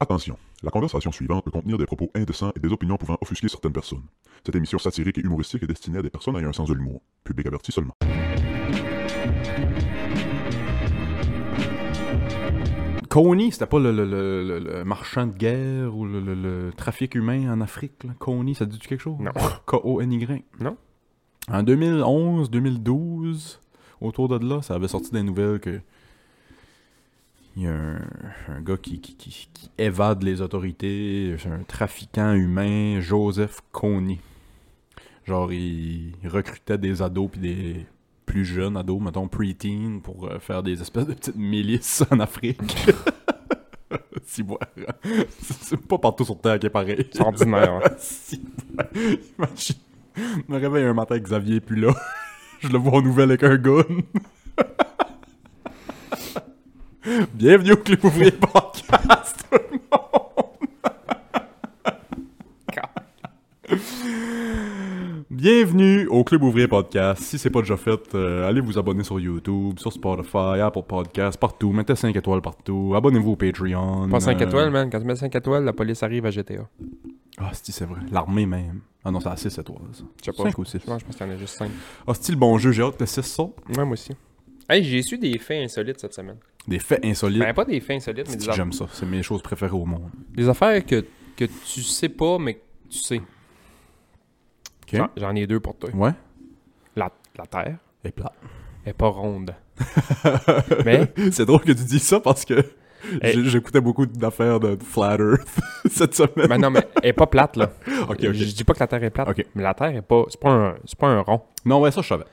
Attention, la conversation suivante peut contenir des propos indécents et des opinions pouvant offusquer certaines personnes. Cette émission satirique et humoristique est destinée à des personnes ayant un sens de l'humour. Public averti seulement. Coney, c'était pas le, le- le- le- le marchand de guerre ou le, le- le trafic humain en Afrique. Là. Coney, ça te dit quelque chose? Non. K-O-N-Y. Non. En 2011, 2012, autour de là, ça avait sorti des nouvelles que. Il y a un, un gars qui, qui- qui- qui évade les autorités, c'est un trafiquant humain, Joseph Coney. Genre, il recrutait des ados puis des plus jeunes ados, mettons pre-teen, pour euh, faire des espèces de petites milices en Afrique. Si, moi, c'est c'est pas partout sur Terre qui est pareil. C'est ordinaire. hein. Si, ouais. Imagine. Je me réveille un matin avec Xavier, puis là, je le vois aux nouvelles avec un gun. Bienvenue au Clip Ouvrier Podcast, tout le monde! Bienvenue au Club Ouvrier Podcast. Si c'est pas déjà fait, euh, allez vous abonner sur YouTube, sur Spotify, Apple Podcast, partout. Mettez 5 étoiles partout. Abonnez-vous au Patreon. Pas 5 Euh, étoiles, man. Quand tu mets 5 étoiles, la police arrive à GTA. Ah, si, c'est vrai. L'armée même. Ah non, c'est à 6 étoiles, ça. Je sais pas. Cinq ou six. Non, je pense qu'il y en a juste 5. Ah, c'est le bon jeu, j'ai hâte que 6 sorte. Ouais, moi aussi. Hey, j'ai su des faits insolites cette semaine. Des faits insolites. Ben, pas des faits insolites, mais Asti des, que affaires J'aime ça, c'est mes choses préférées au monde. des affaires que, que tu sais pas, mais que tu sais. Ok. J'en- J'en ai deux pour toi. Ouais. La, la Terre Et plat. est pas ronde. mais, C'est drôle que tu dis ça parce que Eh. j'ai- j'écoutais beaucoup d'affaires de Flat Earth cette semaine. ben non, mais elle est pas plate, là. ok, ok. Je dis pas que la Terre est plate, Ok. mais la Terre est pas... C'est pas un, c'est pas un rond. Non, ouais, ça je savais.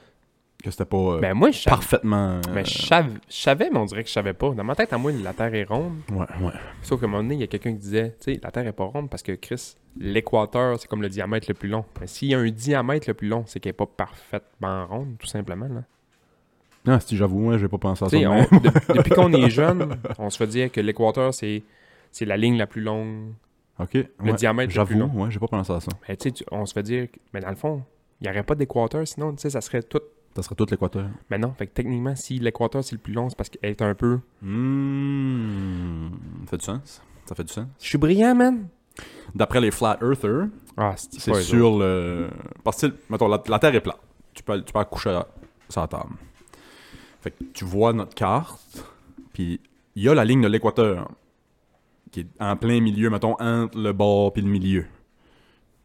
Que c'était pas euh, Ben moi, je savais, parfaitement. euh, mais je savais- je savais, mais on dirait que je savais pas. Dans ma tête, à moi, la Terre est ronde. Ouais, ouais. Sauf qu'à un moment donné, il y a quelqu'un qui disait, tu sais, la Terre est pas ronde parce que, Chris, l'équateur, c'est comme le diamètre le plus long. Mais s'il y a un diamètre le plus long, c'est qu'elle est pas parfaitement ronde, tout simplement, là. Non, si j'avoue, ouais, j'ai pas pensé à ça. Tu sais, de on- même. de- depuis qu'on est jeune, on se fait dire que l'équateur, c'est c'est la ligne la plus longue. Ok. Le diamètre le plus J'avoue, ouais, j'ai pas pensé à ça. Mais tu sais, tu- on se fait dire, que- mais dans le fond, il n'y aurait pas d'équateur, sinon, tu sais, ça serait tout. Ça serait tout l'équateur. Mais non, fait que techniquement, si l'équateur, c'est le plus long, c'est parce qu'elle est un peu... Mmh. Ça fait du sens. Ça fait du sens. Je suis brillant, man! D'après les Flat Earthers, Ah, c'est C'est pas eux autres. sur le. Parce que, mettons, la, la Terre est plate. Tu peux, tu peux accoucher à- sur la table. Fait que tu vois notre carte, puis il y a la ligne de l'équateur, qui est en plein milieu, mettons, entre le bord puis le milieu.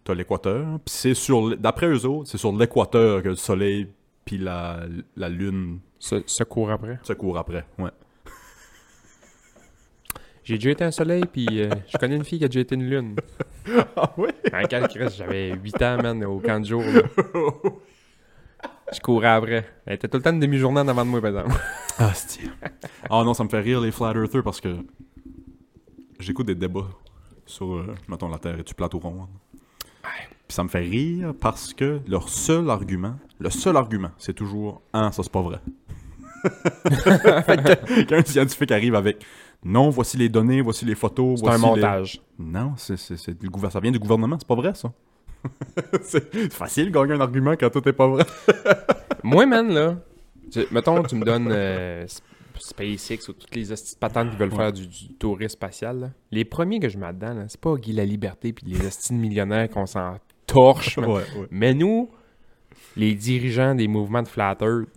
T'as l'équateur, puis c'est sur. l- D'après eux autres, c'est sur l'équateur que le soleil puis la, la lune Se, se court après. se courent après. Ouais. J'ai déjà été un soleil, puis euh, je connais une fille qui a déjà été une lune. Ah oui? Dans quel Chris, j'avais 8 ans, man, au camp de jour. là. Je courais après. Elle était tout le temps une demi-journée en avant de moi, par exemple. Ah, c'est- Ah non, ça me fait rire les Flat Earthers parce que j'écoute des débats sur, euh, mettons, la Terre et tu plateau rond. Puis ça me fait rire parce que leur seul argument, le seul argument, c'est toujours Ah, ça c'est pas vrai. fait que qu'un scientifique arrive avec Non, voici les données, voici les photos, C'est un voici les- montage. Non, c'est, c'est, c'est du gouver- ça vient du gouvernement, c'est pas vrai ça. c'est facile de gagner un argument quand tout est pas vrai. Moi, man, là, tu- mettons, tu me donnes euh, S- SpaceX ou toutes les hosties de patentes qui veulent faire du, du tourisme spatial. là. Les premiers que je mets dedans, là, c'est pas Guy Laliberté puis les hosties de millionnaires qu'on s'en torche. man. ouais. Mais nous, les dirigeants des mouvements de Flat Earth,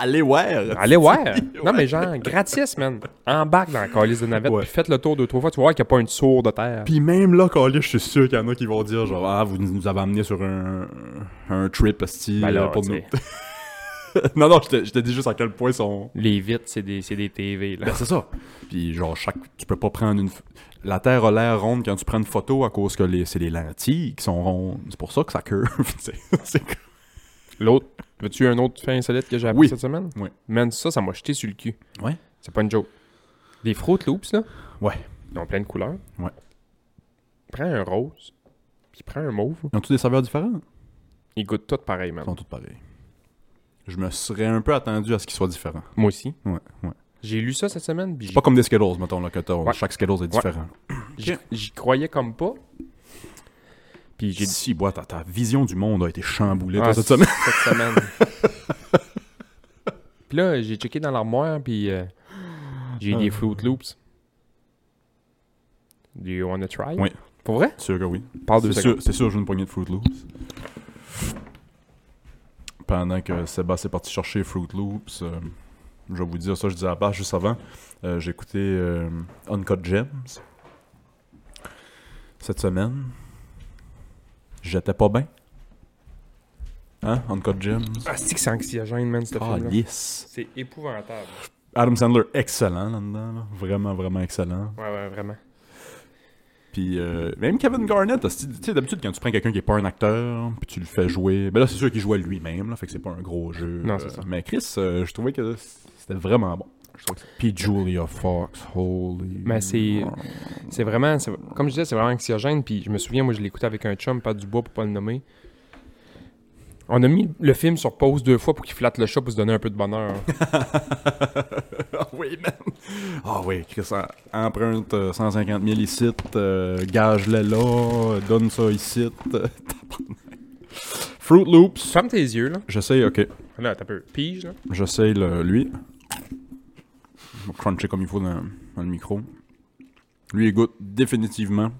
Allez, ouais. Allez voir. Non, mais genre, gratis, man. Embarque dans la calice de navette, Ouais. puis faites le tour deux, trois fois. Tu vas voir qu'il n'y a pas une sourde de terre. Puis même là, Carlis, je suis sûr qu'il y en a qui vont dire genre Ah, vous nous avez amené sur un, un trip esti, Ben là, euh, pour tu nous. sais, non, non, je te, je te dis juste à quel point ils sont. Les vitres, c'est des, c'est des TV, là. Ben, c'est ça. Puis genre, chaque. Tu peux pas prendre une. f- La Terre a l'air ronde quand tu prends une photo à cause que les... c'est les lentilles qui sont rondes. C'est pour ça que ça curve. tu sais. c'est L'autre, veux-tu un autre fait insolite que j'ai appris Oui. cette semaine? Oui. Man, ça, ça m'a jeté sur le cul. Ouais. C'est pas une joke. Les Fruit Loops, là, Ouais. ils ont plein de couleurs. Ouais. Prends un rose, puis prends un mauve. Ils ont tous des saveurs différentes Ils goûtent tous pareil, man. Ils sont tous pareils. Je me serais un peu attendu à ce qu'ils soient différents. Moi aussi. Ouais, ouais. J'ai lu ça cette semaine, puis j'y- Pas comme des Skittles, mettons, là, que t'as- Ouais. chaque Skittles est différent. j'y j'y croyais comme pas. Puis j'ai Si, bois, ta, ta vision du monde a été chamboulée toi, Ah, cette c- semaine. cette semaine. puis Ah. là, j'ai checké dans l'armoire, puis euh, j'ai des Fruit Loops. Do you wanna try? Oui. Pour vrai? Sûr que oui. Parle deux C'est secondes. sûr, c'est sûr, j'ai une poignée de Fruit Loops. Pendant que Sébastien est parti chercher Fruit Loops, euh, je vais vous dire ça, je disais à la base juste avant, euh, j'ai écouté euh, Uncut Gems cette semaine. J'étais pas bien. Hein? Uncut Gems. Ah, c'est que c'est anxiogène, man, ce Ah, film-là. yes! C'est épouvantable. Adam Sandler, excellent là-dedans. là. Vraiment, vraiment excellent. Ouais, ouais, vraiment. Puis euh, même Kevin Garnett, tu sais, d'habitude, quand tu prends quelqu'un qui est pas un acteur, puis tu le fais jouer. Ben là, c'est sûr qu'il jouait lui-même, là, fait que c'est pas un gros jeu. Non, euh, c'est ça. Mais Chris, euh, je trouvais que c'était vraiment bon. Je trouvais que c'est- Puis Julia Fox, holy. Mais c'est- Ah. C'est vraiment, c'est- comme je disais, c'est vraiment anxiogène. Puis je me souviens, moi, je l'écoutais avec un chum, Pat Dubois, pour pas le nommer. On a mis le film sur pause deux fois pour qu'il flatte le chat pour se donner un peu de bonheur. Ah oui, man. Ah oui, Chris, en- emprunte euh, 150 000 ici, euh, gage-le là, euh, donne ça ici. euh, tabarnak. Fruit Loops. Ferme tes yeux, là. J'essaye, ok. Là, t'as peu. Pige, là. J'essaye le, lui. On va cruncher comme il faut dans, dans le micro. Lui, il goûte définitivement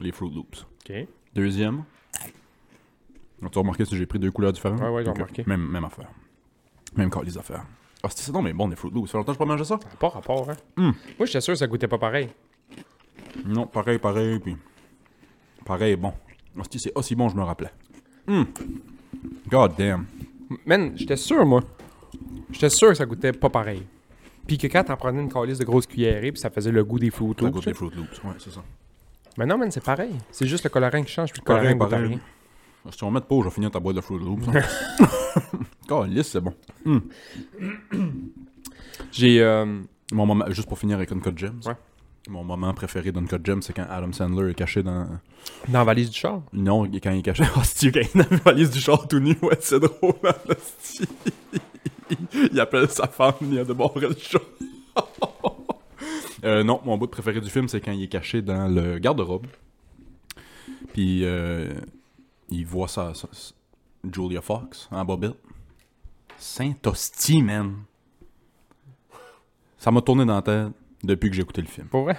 les Fruit Loops. OK. Ouais, Deuxième. As-tu remarqué si j'ai pris deux couleurs différentes? ouais, j'ai Ok. remarqué. Même, même affaire. Même quand les affaires. Ah, c'est c'est donc mais bon des Fruit Loops. Ça fait longtemps que je pas mangé ça? Ça n'a pas rapport, hein. Hmm. Moi, j'étais sûr que ça goûtait pas pareil. Non, pareil, pareil, puis... Pareil, bon. Ah, c'est- c'est aussi bon, je me rappelais. Hmm. God damn. Man, j'étais sûr, moi. J'étais sûr que ça goûtait pas pareil. Puis que quand t'en prenais une calice de grosse cuillerée, puis ça faisait le goût des Fruit Ça Loops, goûte là. les Fruit Loops, ouais, c'est ça. Mais non, man, c'est pareil. C'est juste le colorant qui change, puis le Pareil, colorant goûte à pareil. rien. Si on met pas, je vais finir ta boîte de Fruit Loops. Calice, c'est bon. J'ai... euh, Mon moment, juste pour finir avec Uncut Gems. Ouais. Mon moment préféré d'Uncut Gems, c'est quand Adam Sandler est caché dans. dans la valise du char. Non, quand il est caché. Ah, c'est quand il est dans la valise du char tout nu, ouais, c'est drôle, man, hostie. Il appelle sa femme, il a de bord le char. Euh, non, mon bout préféré du film, c'est quand il est caché dans le garde-robe. Puis, euh, il voit sa, sa- sa- Julia Fox en bobette. Saint-Hostie, man. Ça m'a tourné dans la tête depuis que j'ai écouté le film. Pour vrai?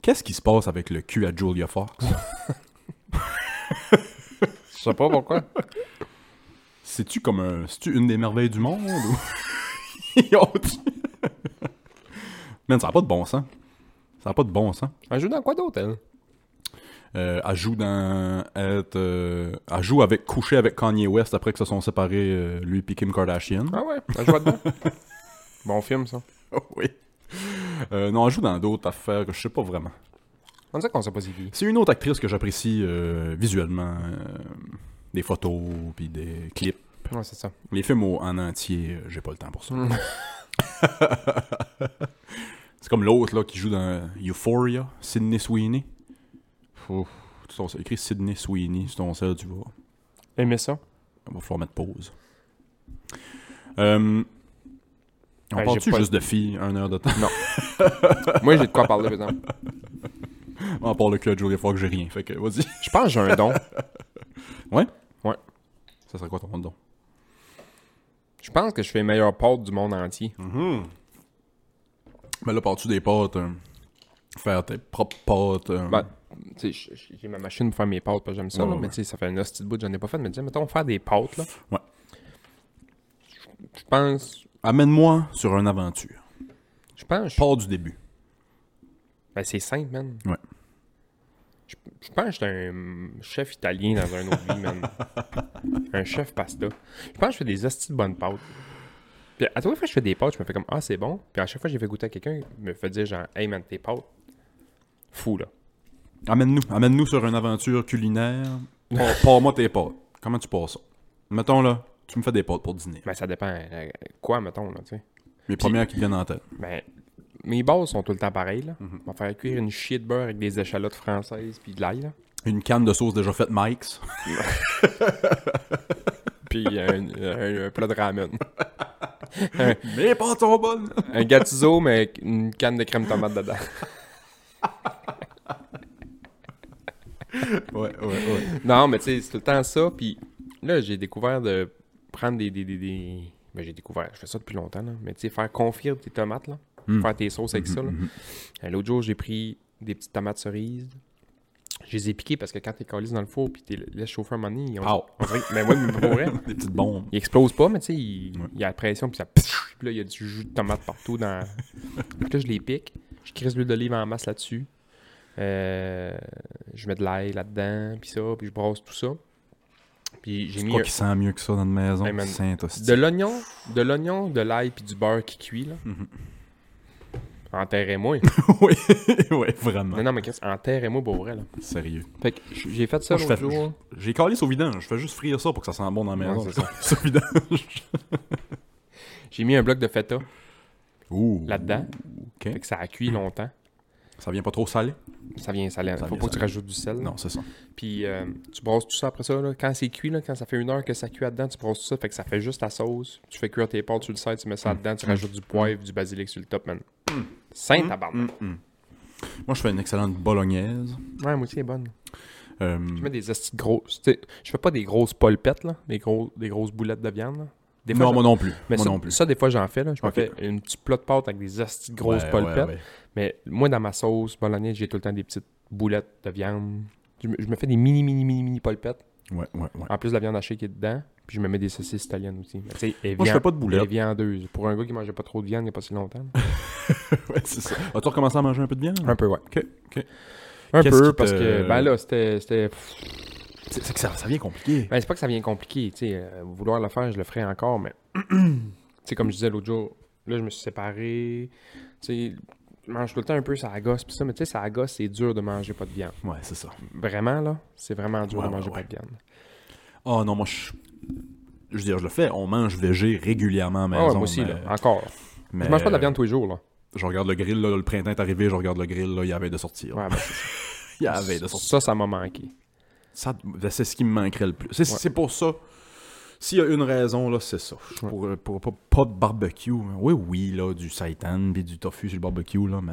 Qu'est-ce qui se passe avec le cul à Julia Fox? Je sais pas pourquoi. C'est-tu comme un. C'est-tu une des merveilles du monde ou. Ils ont dit- Man, ça n'a pas de bon sens. Ça n'a pas de bon sens. Elle joue dans quoi d'autre, elle? Euh, elle joue dans. Être, euh, elle joue avec. Coucher avec Kanye West après que se sont séparés, euh, lui et Kim Kardashian. Ah ouais, elle joue dedans. bon film, ça. oui. Euh, non, elle joue dans d'autres affaires que je sais pas vraiment. On dirait qu'on sait pas si qui. C'est une autre actrice que j'apprécie euh, visuellement. euh, des photos, puis des clips. Ouais, c'est ça. Les films au- en entier, euh, j'ai pas le temps pour ça. Mm. c'est comme l'autre là qui joue dans Euphoria, Sidney Sweeney. Ouf, tu t'en- écrit Sidney Sweeney sur ton sel, tu vois. Aimez ça? Il va falloir mettre pause. Euh, on Ouais, Ben, j'ai parle-tu pas- juste de filles, un heure de temps? Moi, j'ai de quoi parler, par exemple. à part le cul à Julia Fox, j'ai rien. Fait que vas-y. Je pense que j'ai un don. Ça serait quoi ton don? Je pense que je fais les meilleures pâtes du monde entier. Mais là, parles-tu des potes? euh, faire tes propres potes? euh, Ben, tu sais, j- j- j'ai ma machine pour faire mes pâtes, parce que j'aime ça, Ouais, là, ouais. mais tu sais, ça fait un hostie de bout que j'en ai pas fait. Mais tu sais, mettons, faire des pâtes, là. Ouais. Je je pense... Amène-moi sur une aventure. Je pense... je- Pars du début. Ben, c'est simple, man. Ouais. Je, je pense que j'étais un chef italien dans un autre vie, man. Un chef pasta. Je pense que je fais des hosties de bonnes pâtes. Puis à chaque fois que je fais des pâtes, je me fais comme Ah, c'est bon. Puis à chaque fois que j'ai fait goûter à quelqu'un, il me fait dire genre Hey, man, tes pâtes. Fou, là. Amène-nous, amène-nous sur une aventure culinaire. Par- Pars-moi tes pâtes. Comment tu passes ça? Mettons là, tu me fais des pâtes pour dîner. Mais ça dépend euh, quoi, mettons, là, tu sais. Mes premières qui te viennent en tête. Ben, mes bases sont tout le temps pareilles, là. On va faire cuire une chier de beurre avec des échalotes françaises puis de l'ail, là. Une canne de sauce déjà faite Mike's. Puis un, un- un plat de ramen. Mes pâtes sont bonnes! Un gâteau, mais avec une canne de crème tomate dedans. Ouais, ouais, ouais. Non, mais tu sais, c'est tout le temps ça. Puis là, j'ai découvert de prendre des. des, des, des- Ben, j'ai découvert, je fais ça depuis Hmm. longtemps, là. Mais tu sais, faire confire tes tomates, là. Faire tes sauces avec ça, là. Euh, L'autre jour, j'ai pris des petites tomates cerises. Je les ai piquées parce que quand t'es calisse dans le four puis t'es laisse chauffer un moment donné, ils ont- Pow! on dirait que- mais ouais, mais pour vrai, Des petites bombes. il explose pas, mais tu sais, il, Ouais. il y a la pression, puis ça. pfff, Puis là, il y a du jus de tomate partout dans. Puis là, je les pique. Je crisse de l'huile d'olive en masse là-dessus. Euh, je mets de l'ail là-dedans, puis ça, puis je brosse tout ça. Puis j'ai C'est mis quoi qui sent mieux que ça dans une maison? Hey, man. saint de l'oignon, de l'oignon, de l'ail, puis du beurre qui cuit, là. Mhm. Enterrez-moi. Oui, ouais, vraiment. non, non, mais qu'est-ce enterrez-moi pour vrai, là. Sérieux. Fait que j'ai fait ça Moi, je l'autre fais- jour. J'ai calé au vidange. Je fais juste frire ça pour que ça sente bon dans la Ouais, maison. c'est Au vidange. J'ai mis un bloc de feta Ouh. là-dedans. Ok. Fait que ça a cuit longtemps. Ça vient pas trop salé? Ça vient salé. Ça Faut vient pas que tu salé. rajoutes du sel. là. Non, c'est ça. Puis euh, tu brosses tout ça après ça. Là. Quand c'est cuit, là, quand ça fait une heure que ça cuit là-dedans, tu brosses tout ça. Fait que ça fait juste la sauce. Tu fais cuire tes pâtes, tu le sers, tu mets Mm. ça dedans, tu rajoutes du poivre, du basilic sur le top, man. Saint Mm. tabarnak. Moi, je fais une excellente bolognaise. Ouais, moi aussi, elle est bonne. Euh, Je mets des astis grosses. tu sais, Je fais pas des grosses polpettes, là, des, gros, des grosses boulettes de viande. là. Des fois, non, j'en- moi non plus. Mais moi ça, non plus. ça, des fois, j'en fais. Là. Je me Ok. fais une petite plot de pâte avec des astis grosses Ouais, ouais, polpettes. ouais. Mais moi, dans ma sauce bolognaise, j'ai tout le temps des petites boulettes de viande. Je me, je me fais des mini, mini, mini, mini polpettes. Ouais, ouais, ouais. En plus de la viande hachée qui est dedans. Puis je me mets des saucisses italiennes aussi. Mais tu sais, elle Moi, je vient- fais pas de boulettes. elle vient en deux. Pour un gars qui mangeait pas trop de viande il n'y a pas si longtemps. Ouais, c'est ça. As-tu recommencé à manger un peu de viande? Un peu, ouais. Ok, ok. Un Qu'est-ce peu, qui parce te- que, ben là, c'était. c'était- C'est c'est que ça, ça vient compliqué. Ben, c'est pas que ça vient compliqué, tu sais. euh, vouloir le faire, je le ferais encore, mais. tu sais, comme je disais l'autre jour, là, je me suis séparé. Tu sais, je mange tout le temps un peu, ça agace, pis ça, mais tu sais, ça agace, c'est dur de manger pas de viande. Ouais, c'est ça. Vraiment, là, c'est vraiment dur Ouais, de manger ouais, pas de viande. Oh non, moi, je... Je veux dire, je le fais. On mange végé régulièrement à Ah la ouais, maison. moi aussi, mais- là, encore. mais- Je mange pas de la viande tous les jours, là. Je regarde le grill, là, le printemps est arrivé, je regarde le grill, là, il y avait de sortir. Ouais, ben, c'est- Il y avait de sortir. ça, ça m'a manqué. Ça, c'est ce qui me manquerait le plus. C'est Ouais. c'est pour ça. S'il y a une raison, là, c'est ça. Je- Ouais. Pour, euh, pour, pas- pas de barbecue. hein. Oui, oui, là, du seitan puis du tofu sur le barbecue, là, mais...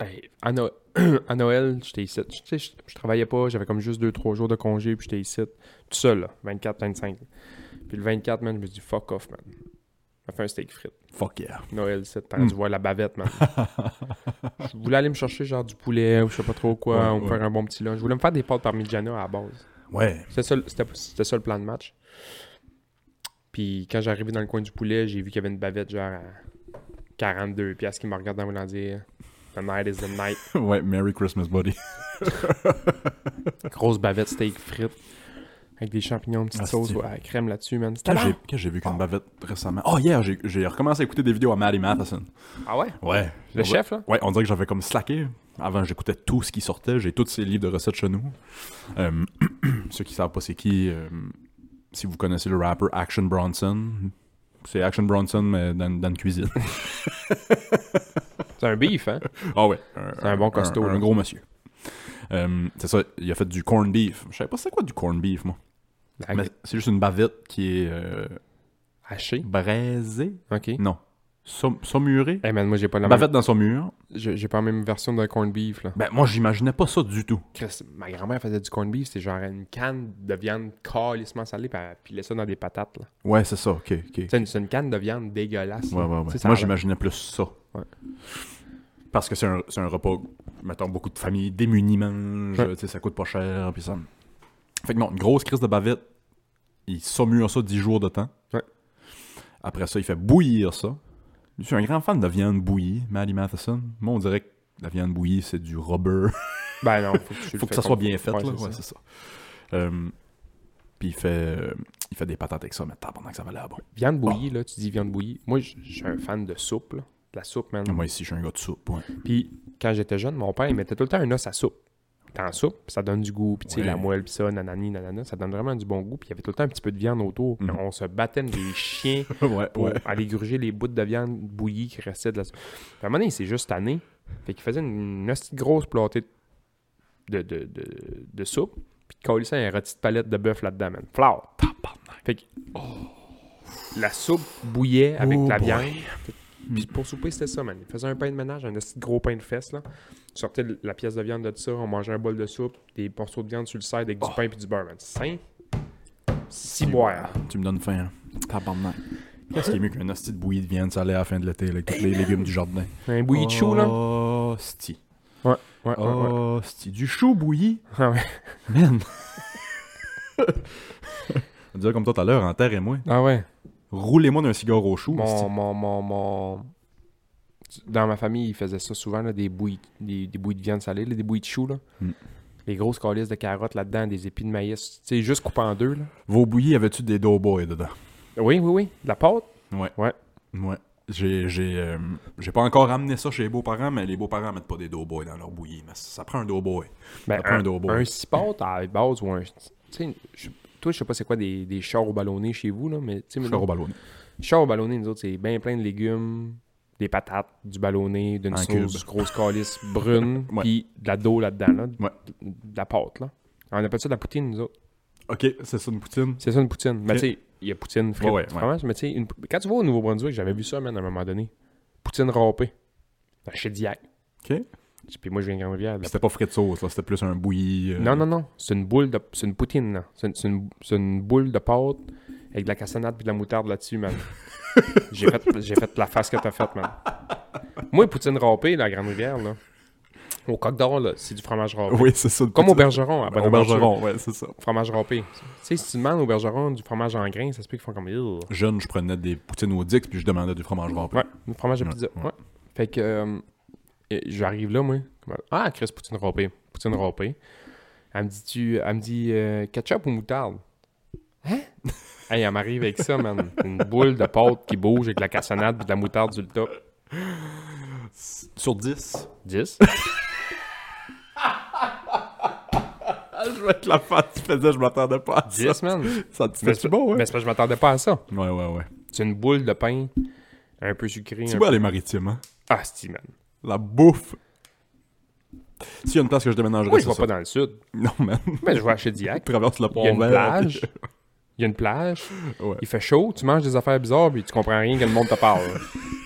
Hey, Ben, à, Noël, à Noël, j'étais ici. Tu sais, je, je travaillais pas, j'avais comme juste 2-3 jours de congé, puis j'étais ici, tout seul, là, 24-25. Puis le 24, man, je me dis fuck off, man. Je me fais un steak frites. Fuck yeah. Noël, c'est Hmm. temps de voir la bavette, man. je voulais aller me chercher genre du poulet ou je sais pas trop quoi, Ouais, ou me ouais. faire un bon petit lunch. Je voulais me faire des pâtes parmigiana à la base. Ouais. C'était ça, le- c'était- c'était ça le plan de match. Puis quand j'arrivais dans le coin du poulet, j'ai vu qu'il y avait une bavette genre à 42 piastres qui me regardait en voulant dire The night is the night. ouais, Merry Christmas, buddy. Grosse bavette steak frites avec des champignons, petite Ah, sauce, c'est- ouais, à crème là-dessus, man. C'était Quand j'ai- bon. quand j'ai vu qu'une bavette récemment... Oh, hier, j'ai- j'ai recommencé à écouter des vidéos à Maddie Matheson. Ah ouais? Ouais. Le On- chef, là? Ouais, on dirait que j'avais comme slacké. Avant, j'écoutais tout ce qui sortait. J'ai tous ces livres de recettes chez nous. Euh, ceux qui savent pas c'est qui, euh, si vous connaissez le rapper Action Bronson, c'est Action Bronson, mais dans, dans une cuisine. C'est un beef, hein? Ah ouais. C'est un bon costaud, Un, là. gros monsieur. Euh, c'est ça, il a fait du corn beef. Je savais pas c'est quoi du corn beef, moi. Mais c'est juste une bavette qui est euh, Haché. braisée. Ok. Non. Sau- Saumurée. Eh man, moi j'ai pas la même- Bavette dans son mur. J'ai j'ai pas la même version d'un corned beef là. Ben, moi, j'imaginais pas ça du tout. Chris, ma grand-mère faisait du corned beef, c'est genre une canne de viande calissement salée, puis elle pilait ça dans des patates. là. Ouais, c'est ça, ok, ok. C'est une, c'est une canne de viande dégueulasse. Ouais, là. ouais, ouais. Tu sais, ça Moi, a l'air- j'imaginais plus ça. Ouais. Parce que c'est un, c'est un repas, mettons, beaucoup de familles démunies mangent, Ouais. tu sais, ça coûte pas cher, puis ça. Fait que non, une grosse crise de bavette, il saumure ça 10 jours de temps. Ouais. Après ça, il fait bouillir ça. Je suis un grand fan de viande bouillie, Maddie Matheson. Moi, on dirait que la viande bouillie, c'est du rubber. Ben non, faut que, tu le faut que fais ça soit comme- bien fait, Ouais, là. c'est Ouais, ça. c'est ça. Euh, puis il fait, euh, il fait des patates avec ça, mais pendant que ça va là bon. Viande bouillie, là, tu dis viande bouillie. Moi, je je suis un fan de soupe, là. De la soupe, man. Moi, ici, je suis un gars de soupe, ouais. Puis quand j'étais jeune, mon père, il mettait tout le temps un os à soupe. T'en soupe, puis ça donne du goût, puis tu sais, Ouais. la moelle, puis ça, nanani, nanana, ça donne vraiment du bon goût, puis il y avait tout le temps un petit peu de viande autour. Mhm. On se battait comme des chiens ouais, pour aller gruger les bouts de viande bouillie qui restaient de la soupe. Puis à un moment donné, c'est juste tanné. Fait qu'il faisait une, une hostie de grosse plantée de, de, de, de soupe, puis il collait ça un rôti de palette de bœuf là-dedans, man. Flour! Fait que la soupe bouillait avec Oh la boy. viande. Puis pour souper, c'était ça, man. Il faisait un pain de ménage, un petit gros pain de fesse, là. Tu sortais de- la pièce de viande de ça, on mangeait un bol de soupe, des morceaux de viande sur le side avec Oh. du pain puis du beurre, man. Sain. Si boire. Tu me donnes faim, hein. Tabarnak. Qu'est-ce qui est mieux qu'un hostie de bouillie de viande salée à la fin de l'été, là, avec tous les légumes du jardin? Un bouilli de chou, là. Hostie. Ouais. Ouais, ouais, ouais. Ah, c'est du chou bouilli. Ah ouais. Man. On dirait comme toi tout à l'heure, en terre et moi. Ah ouais. Roulez-moi d'un cigare au chou. Mon, hostie. mon, mon, mon- Dans ma famille, ils faisaient ça souvent, là, des, bouillies, des, des bouillies de viande salée, là, des bouillies de choux. Là. Mm. Les grosses calices de carottes là-dedans, des épis de maïs. Tu sais, juste coupé en deux. Là. Vos bouillies, avais-tu des doughboys dedans? Oui, oui, oui. De la pâte. Ouais. Ouais. Ouais. J'ai, j'ai, euh, j'ai pas encore amené ça chez les beaux-parents, mais les beaux-parents mettent pas des doughboys dans leur bouillie. Mais ça prend un doughboy. Ben, Après un un, Doughboy. un six pâtes à la base ou un. Tu sais, je- toi, je sais pas c'est quoi des, des chars au ballonné chez vous, là, mais tu sais, Faire au mettons, ballonné. chars au ballonné, nous autres, c'est bien plein de légumes, des patates, du ballonné, d'une En sauce grosse calice brune, Ouais. puis de la dos là-dedans, là, Ouais. de la pâte. Là. On appelle ça de la poutine, nous autres. Ok, c'est ça une poutine. C'est ça une poutine. Mais Ok. tu sais, il y a poutine, frites, Ouais, ouais, ouais. fromage, mais tu sais, une- quand tu vas au Nouveau-Brunswick, j'avais vu ça, man, à un moment donné. Poutine râpée. Ben, La Chediac. Ok. Puis moi, je viens de Grande-Rivière. Puis c'était pas frais de sauce, là. C'était plus un bouilli. euh, Non, non, non. C'est une boule de... C'est une poutine, là. C'est une, c'est une- c'est une boule de pâte avec de la cassonade puis de la moutarde là-dessus, man. j'ai fait, j'ai fait la face que t'as faite, man. Moi, poutine râpée, la Grande-Rivière, là. Au coq d'or, là, c'est du fromage râpé. Oui, c'est ça. une Comme au poutine. Bergeron, à Au Bonaventure. bergeron, ouais, c'est ça. Fromage râpé. Tu sais, si tu demandes au Bergeron du fromage en grains, ça se peut qu'ils font comme... Ugh. Jeune, je prenais des poutines au Dix, puis je demandais du fromage râpé. Ouais, le fromage à Ouais, pizza. ouais. Ouais. Fait que euh, et j'arrive là, moi. Comme, Ah, Chris, poutine râpée. Poutine râpée. Elle me dit, tu, elle me dit euh, ketchup ou moutarde? Hein? hey, elle m'arrive avec ça, man. Une boule de pâte qui bouge avec de la cassonade et de la moutarde sur le top. Sur 10. 10. Ah, je vais être la face tu faisais, je m'attendais pas à 10, man. Ça te Mais c'est bon, hein? mais c'est parce que je m'attendais pas à ça. Ouais, ouais, ouais. C'est une boule de pain un peu sucrée. Tu un vois, peu- les maritimes, hein? Ah, c'est man. La bouffe. S'il y a une place que je déménagerais, Moi, je c'est vais ça. pas dans le sud. Non, man. Mais je vais acheter Diac. Traverse le Il y a pont une vert. plage. ben, Il y a une plage. Ouais. Il fait chaud. Tu manges des affaires bizarres puis tu comprends rien que le monde te parle.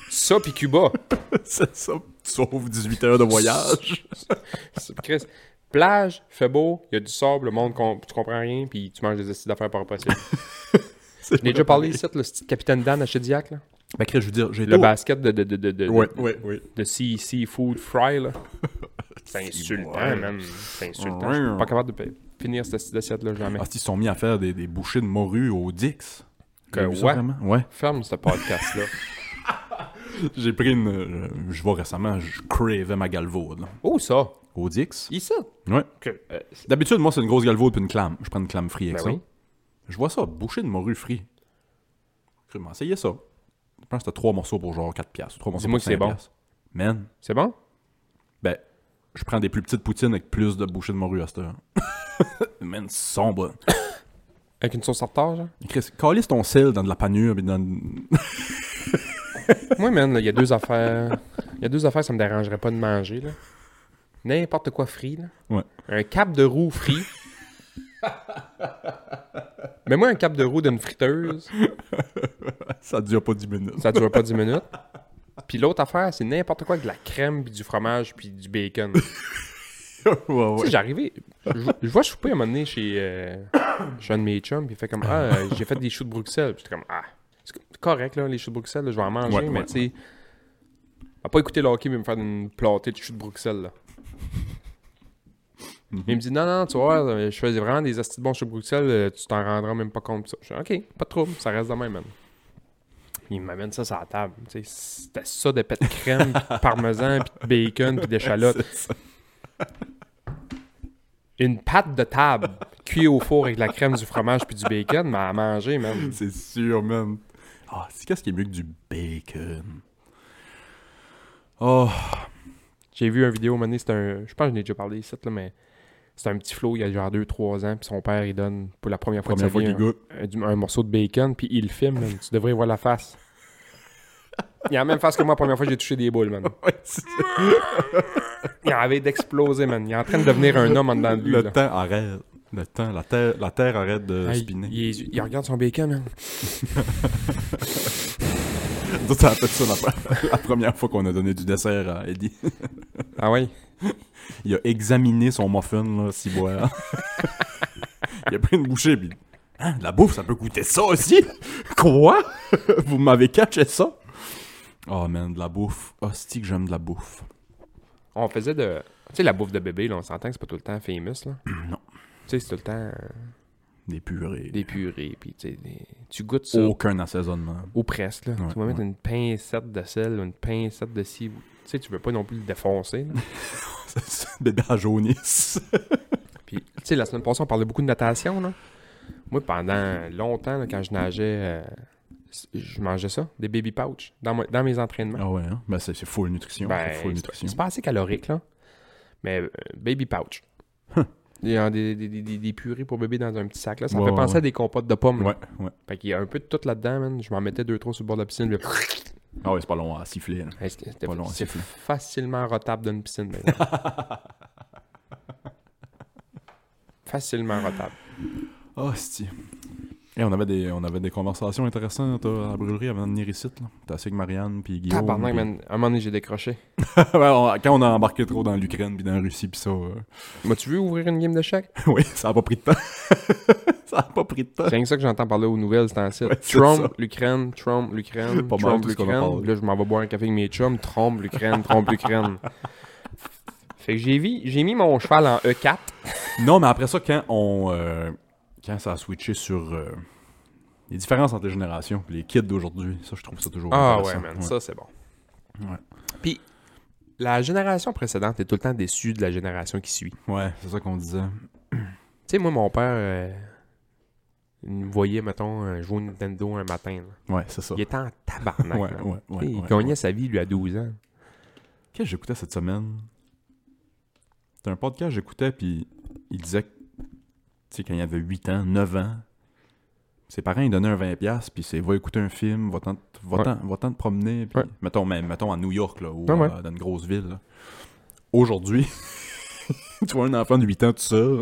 ça puis Cuba. c'est ça. Sauf 18 heures de voyage. C'est- Chris, plage, fait beau, il y a du sable, le monde com- tu comprends rien puis tu manges des acides d'affaires par possible. Je l'ai déjà parlé ici, le petit capitaine Dan à Chediac, là. Ben, Chris, je veux dire, j'ai Le tout. basket de, de, de, de, de, Ouais, ouais, ouais. de sea, Seafood Fry, là. C'est insultant, man. C'est insultant. Je suis pas capable de pa- finir cette acide d'assiette-là jamais. Ah, c'est, ils se sont mis à faire des, des bouchées de morue au Dix. Que J'ai vu ça ouais. vraiment? Ouais. Ferme ce podcast-là. J'ai pris une. euh, je vois récemment, je cravais ma galvaude. là. oh, ça. Au Dix. Il ça. Ouais. Que- euh, D'habitude, moi, c'est une grosse galvaude puis une clame. Je prends une clame frite avec ça. ben oui. Je vois ça, bouchée de morue frite. Crûment, essayez ça. Je pense que c'était trois morceaux pour genre 4 piastres. Trois morceaux Dis-moi pour que c'est 5 bon. piastres. Man, C'est bon? ben, je prends des plus petites poutines avec plus de bouchées de morue à cette heure. Man, ils sont bonnes. Avec une sauce tartare, genre? Chris, calisse ton sel dans de la panure pis dans... Moi, man, là, il y a deux affaires. Il y a deux affaires, ça me dérangerait pas de manger, là. N'importe quoi frit, là. Ouais. Un cap de roue frit. Mais moi, un cap de roue d'une friteuse, Ça dure pas 10 minutes. ça dure pas 10 minutes. Puis l'autre affaire, c'est n'importe quoi avec de la crème, puis du fromage, puis du bacon. ouais, Tu ouais. sais, j'arrivais, je je vois souper à un moment donné chez, euh, chez un de mes chums, puis il fait comme Ah, euh, j'ai fait des choux de Bruxelles. Puis j'étais comme Ah, c'est co- c'est correct, là, les choux de Bruxelles, là, je vais en manger, Ouais, mais ouais, tu sais, à pas écouter le hockey, mais me faire une plantée de choux de Bruxelles, là. Mm-hmm. Il me dit non, non, tu vois, euh, je faisais vraiment des astis de bons choux de Bruxelles, euh, tu t'en rendras même pas compte. pis ça. Je suis OK, pas de trouble, ça reste de même, man. Il m'amène ça sur la table. tu sais, C'était ça de pète de crème, pis de parmesan, puis de bacon, puis d'échalote. Une pâte de table cuite au four avec de la crème, du fromage puis du bacon, mais à manger, man. C'est sûr, man. Ah, c'est qu'est-ce qui est mieux que du bacon? Oh, J'ai vu une vidéo, un moment donné, c'est un... Je pense que je n'ai déjà parlé ici, là, mais... C'est un petit flot, il y a genre 2-3 ans, puis son père, il donne pour la première fois, de première sa fois vie qu'il un- goûte. un, du- un morceau de bacon, puis il le filme, man. Tu devrais voir la face. Il a la même face que moi la première fois que j'ai touché des boules, man. Ouais, c'est- Il en avait d'exploser, man. Il est en train de devenir un homme en dedans de lui, le là. temps arrête. Le temps, la terre, la terre arrête de Ah, il- spinner. il, est- il regarde son bacon, man. Nous autres, Ça a fait ça la, la première fois qu'on a donné du dessert à Eddie. Ah ouais? Il a examiné son muffin, là, si boire. Il a pris une bouchée, puis... Hein, la bouffe, ça peut coûter ça aussi? Quoi? Vous m'avez catché ça? Ah, Oh, man, de la bouffe. Hostie que j'aime de la bouffe. On faisait de... Tu sais, la bouffe de bébé, là, on s'entend que c'est pas tout le temps famous, là. Non. Tu sais, c'est tout le temps euh, Des purées. des purées, puis tu sais, des- tu goûtes ça Aucun assaisonnement. au presse, là. Ouais, tu vas mettre ouais. une pincette de sel, une pincette de ci. Tu sais, tu veux pas non plus le défoncer, là. Bébé à jaunisse. Puis, tu sais, la semaine passée, on parlait beaucoup de natation, là. Moi, pendant longtemps, là, quand je nageais, euh, je mangeais ça, des baby pouch, dans, mo- dans mes entraînements. Ah ouais, hein? Ben, c'est c'est full nutrition. Ben, c'est full c'est pas- nutrition. c'est pas assez calorique, là. Mais euh, baby pouch. Il y a des, des, des- des- des purées pour bébé dans un petit sac, là. Ça me Ouais, fait ouais, penser ouais. à des compotes de pommes, là. Ouais, ouais. Fait qu'il y a un peu de tout là-dedans, man. Je m'en mettais deux, trois sur le bord de la piscine. puis- Ah ouais, c'est pas long à siffler. là. Hey, c'était- c'était- Pas long, c'est c'est fou. facilement rotable d'une piscine, par exemple. facilement rotable. Ah, si. Et Eh, on avait des on avait des conversations intéressantes euh, à la brûlerie avant de venir ici là. T'as assez que Marianne puis Guillaume. Tabarnak, puis- man. À un moment donné, j'ai décroché. Ouais, on- quand on a embarqué trop dans l'Ukraine puis dans la Russie puis ça. euh, M'as-tu vu ouvrir une game de chèque? oui, ça a pas pris de temps. ça a pas pris de temps. C'est rien que ça que j'entends parler aux nouvelles, c'est en site. Ouais, c'est ça. Trump, l'Ukraine, Trump, l'Ukraine, Pas mal Trump, tout ce qu'on va l'Ukraine. parler. Là, je m'en vais boire un café avec mes chums. Trump, l'Ukraine, Trump, l'Ukraine. Fait que j'ai vi- j'ai mis mon cheval en E E4. Non, mais après ça, quand on. euh, quand ça a switché sur. euh, les différences entre les générations, puis les kids d'aujourd'hui, ça, je trouve ça toujours Ah ouais, Oh, intéressant. man, ça c'est bon. Ouais. Puis, la génération précédente est tout le temps déçue de la génération qui suit. Tu Ouais, c'est ça qu'on disait. sais, moi, mon père, euh, il me voyait, mettons, euh, jouer au Nintendo un matin. là. Ouais, c'est ça. Il était en tabarnak. Ouais, man. ouais, ouais, Tu sais, il ouais, gagnait ouais. sa vie, lui, à 12 ans. Qu'est-ce que j'écoutais cette semaine? C'était un podcast que j'écoutais, puis il disait que, tu sais, quand il avait 8 ans, 9 ans, ses parents, ils donnaient un 20$, puis c'est va écouter un film, va-t'en va t'en- va t'en te promener, puis Ouais. mettons, même, mettons à New York, là, ou Ouais, ouais. euh, dans une grosse ville. là. Aujourd'hui, tu vois un enfant de 8 ans tout seul,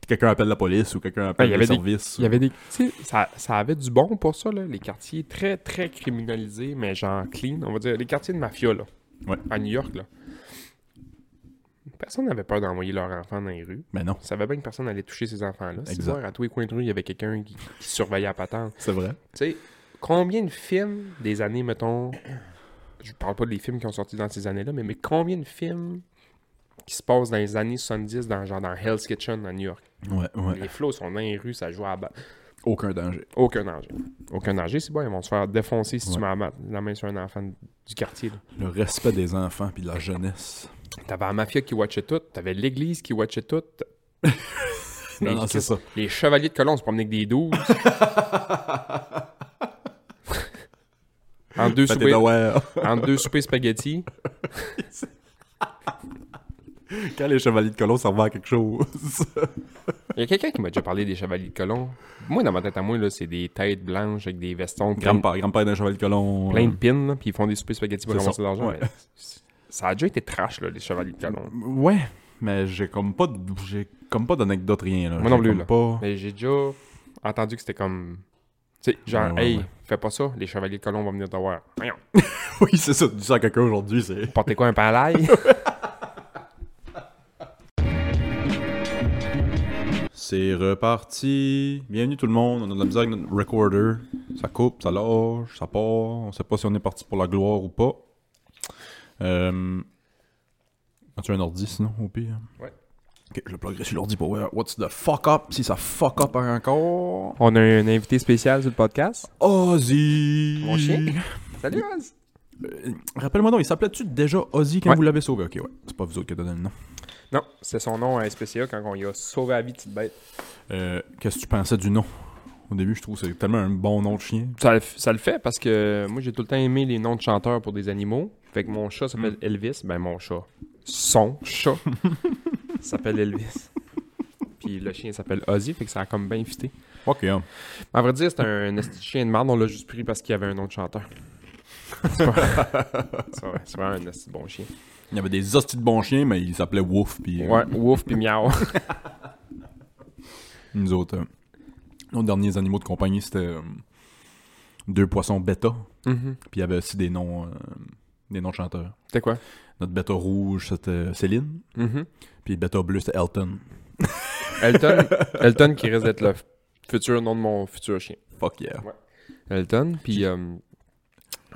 puis quelqu'un appelle la police, ou quelqu'un appelle il le y avait des- service. Il y avait des. Tu sais, ça, ça avait du bon pour ça, là. Les quartiers très, très criminalisés, mais genre clean, on va dire. Les quartiers de mafia, là. Ouais. À New York, là. Personne n'avait peur d'envoyer leur enfant dans les rues. Mais non, On savait bien que personne allait toucher ces enfants-là. C'est Exact. voir à tous les coins de rue, il y avait quelqu'un qui, qui surveillait à patente. c'est vrai. Tu sais, combien de films des années, mettons. Je parle pas des films qui ont sorti dans ces années-là, mais, mais combien de films qui se passent dans les années 70, dans, genre dans Hell's Kitchen, à New York? Ouais, ouais. Les flots sont dans les rues, ça joue à la ba- Aucun danger. aucun danger. Aucun danger, c'est bon, ils vont se faire défoncer si Ouais. tu mets la ma- la main sur un enfant du quartier. là. Le respect des enfants, puis de la jeunesse. T'avais la mafia qui watchait tout, t'avais l'église qui watchait tout. Non, Les- non, c'est ça. Les chevaliers de colon se promenaient avec des douze. en, deux Fait soupers, t'es aware. en deux soupers spaghetti. Quand les chevaliers de colon servaient à quelque chose. Il y a quelqu'un qui m'a déjà parlé des chevaliers de colon. Moi, dans ma tête à moi, là, c'est des têtes blanches avec des vestons pleins, Grand-père, grand-père d'un chevalier de euh. colon. plein de pins, là, puis ils font des soupers spaghetti pour C'est ramasser ça, de l'argent. ouais. mais c- Ça a déjà été trash, là, les chevaliers de colon. Ouais, mais j'ai comme pas de- j'ai comme pas d'anecdote rien là. Moi non J'ai plus, comme là. Pas... Mais j'ai déjà entendu que c'était comme. Tu sais, genre, Ouais, ouais, hey, ouais. fais pas ça, les chevaliers de colon vont venir te voir. Voyons, Oui, c'est ça, du ça à quelqu'un aujourd'hui, c'est Portez quoi un palais? c'est reparti. Bienvenue tout le monde, on a de la musique avec notre recorder. Ça coupe, ça lâche, ça part, on sait pas si on est parti pour la gloire ou pas. Euh As-tu un ordi sinon au pire Ouais. OK, je le pluggerai sur l'ordi pour voir what's the fuck up si ça fuck up encore. On a un invité spécial sur le podcast. Ozzy! Mon chien. Salut, Oz! Euh, Rappelle-moi donc, il s'appelait-tu déjà Ozzy quand Ouais. vous l'avez sauvé? Ok, ouais. C'est pas vous autres qui avez donné le nom. Non, c'est son nom à SPCA quand on lui a sauvé la vie, petite bête. Euh, Qu'est-ce que tu pensais du nom? Au début, je trouve que c'est tellement un bon nom de chien. Ça, le f- ça le fait parce que moi, j'ai tout le temps aimé les noms de chanteurs pour des animaux. Fait que mon chat s'appelle Elvis. Ben, mon chat. Son chat s'appelle Elvis. Puis le chien s'appelle Ozzy, fait que ça a comme bien fité. Ok, hein. À vrai dire, c'est un esti de chien de merde, on l'a juste pris parce qu'il y avait un nom de chanteur. C'est pas- c'est vrai, c'est vraiment un esti de bon chien. Il y avait des hosties de bons chiens, mais il s'appelait Wolf. Puis euh, Ouais, ouf puis miaou. nous autres, euh, nos derniers animaux de compagnie, c'était euh, deux poissons bêta. Mhm. Puis il y avait aussi des noms, euh, des noms de chanteurs. C'était quoi? Notre bêta rouge, c'était Céline. Mhm. Puis le bêta bleu, c'était Elton. Elton, Elton qui risque d'être le f- futur nom de mon futur chien. Fuck yeah. Elton, puis euh, À un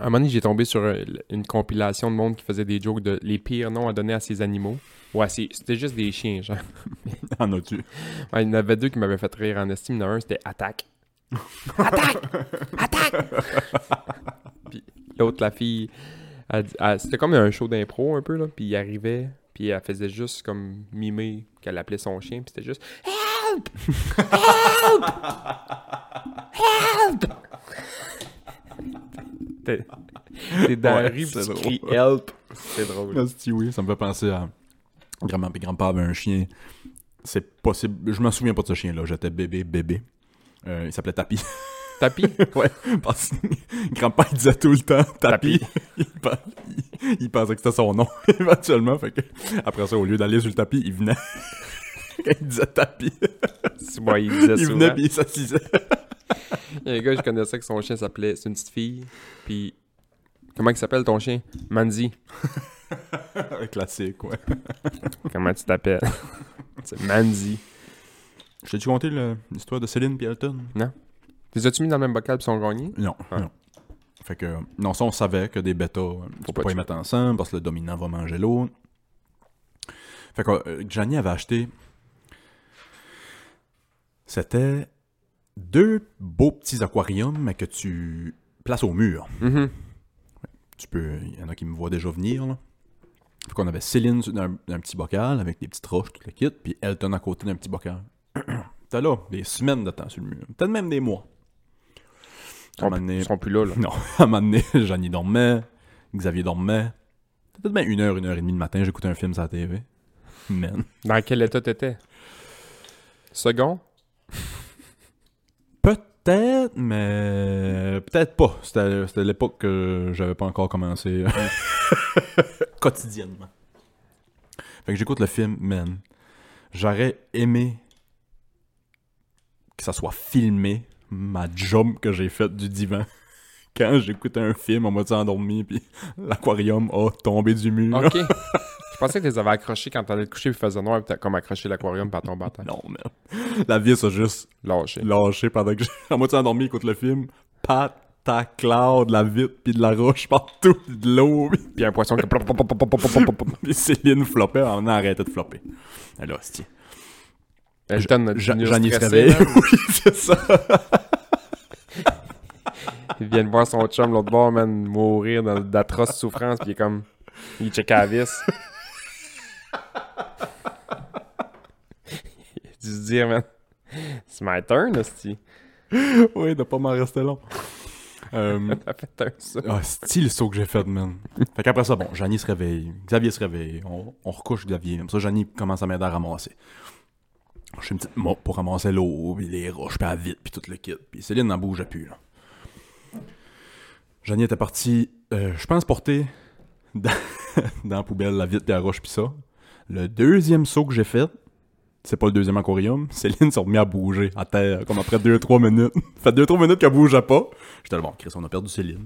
moment donné, j'ai tombé sur euh, une compilation de monde qui faisait des jokes de les pires noms à donner à ses animaux. Ouais, c'est- c'était juste des chiens, genre. En as-tu? Ouais, il y en avait deux qui m'avaient fait rire en estime. Il y en a un, c'était Attaque. Attaque! Attaque! puis l'autre, la fille, elle dit- elle- c'était comme un show d'impro un peu, là. Puis il arrivait, puis elle faisait juste comme mimer qu'elle appelait son chien, puis c'était juste Help! Help! Help! T'es- T'es dans la Ouais, rue, puis c'est tu drôle. cries Help! C'est drôle. Asti, oui, ça me fait penser à grand-mère et grand-père avait un chien. C'est possible. Je me souviens pas de ce chien-là. J'étais bébé, bébé. Euh, il s'appelait Tapi. Tapis? ouais, parce que grand-père il disait tout le temps Tapi. Tapi. il, pen- il- il pensait que c'était son nom éventuellement. Fait que après ça, au lieu d'aller sur le tapis, il venait. il disait Tapi. Ouais, il disait Il souvent. venait puis il s'assisait. Il y a un gars que je connaissais que son chien s'appelait. C'est une petite fille. Puis. Comment il s'appelle ton chien Mandy. Un classique, ouais. Comment tu t'appelles C'est Mandy. Je t'ai-tu conté le- l'histoire de Céline puis Elton? Les as-tu mis dans le même bocal puis ils sont gagnés Non, Ouais. non. Fait que, non, ça, on savait que des bêtas, euh, tu Faut peux pas pas les tuer. mettre ensemble parce que le dominant va manger l'autre. Fait que, euh, Gianni avait acheté. C'était deux beaux petits aquariums, mais que tu places au mur. Mhm. Tu peux. Il y en a qui me voient déjà venir, là. Fait qu'on avait Céline dans un, dans un petit bocal avec des petites roches, tout le kit, puis Elton à côté d'un petit bocal. T'as là des semaines de temps sur le mur. Peut-être même des mois. Ils À un sont, moment donné- ils sont plus là. là. non, à un moment donné, Johnny dormait, Xavier dormait. C'était Peut-être bien une heure, une heure et demie le matin, j'écoutais un film sur la TV. Man. Dans quel état t'étais Second Peut-être, mais peut-être pas. C'était c'était l'époque que j'avais pas encore commencé euh, Mm. quotidiennement. Fait que j'écoute le film, man. J'aurais aimé que ça soit filmé, ma jump que j'ai faite du divan. Quand j'écoutais un film, on m'a dit endormi, puis l'aquarium a tombé du mur. Ok. je pensais que tu les avais accrochés quand t'allais te coucher puis il faisait noir puis t'as comme accroché l'aquarium par ton bâton. Ah Non, man. La vie, a juste Lâché. lâché pendant que j'ai à moitié endormi, écoute le film. Pataclard, de la vitre, puis de la roche partout, puis de l'eau, puis- Puis un poisson qui. plop, plop, plop, plop, plop, plop, plop, plop. puis Céline floppait, Ah, on a arrêté de flopper. Alors, hostie. Elton a Ja- devenu Jeannie se stressé, réveille. là. oui, c'est ça. Il vient de voir son chum l'autre bord, man, mourir dans d'atroces souffrances, puis il est comme. Il check à la vis. il a dû se dire, man, c'est my turn, hostie. Oui, de pas m'en rester long. Euh, Ça fait un ça. ah, hostie, le saut que j'ai fait, man. Fait qu'après ça, bon, Janie se réveille, Xavier se réveille, on, on recouche Xavier. Comme ça, Janie commence à m'aider à ramasser. Je fais une petite mop pour ramasser l'eau, puis les roches, puis la vitre, puis tout le kit. Puis Céline n'en bougeait plus, là. Janie était partie, euh, je pense, porter dans, dans la poubelle la vitre, puis la roche, puis ça. Le deuxième saut que j'ai fait, c'est pas le deuxième aquarium, Céline s'est remise à bouger à terre, comme après 2-3 minutes. fait 2-3 minutes qu'elle bougeait pas. J'étais là, bon, Chris, on a perdu Céline.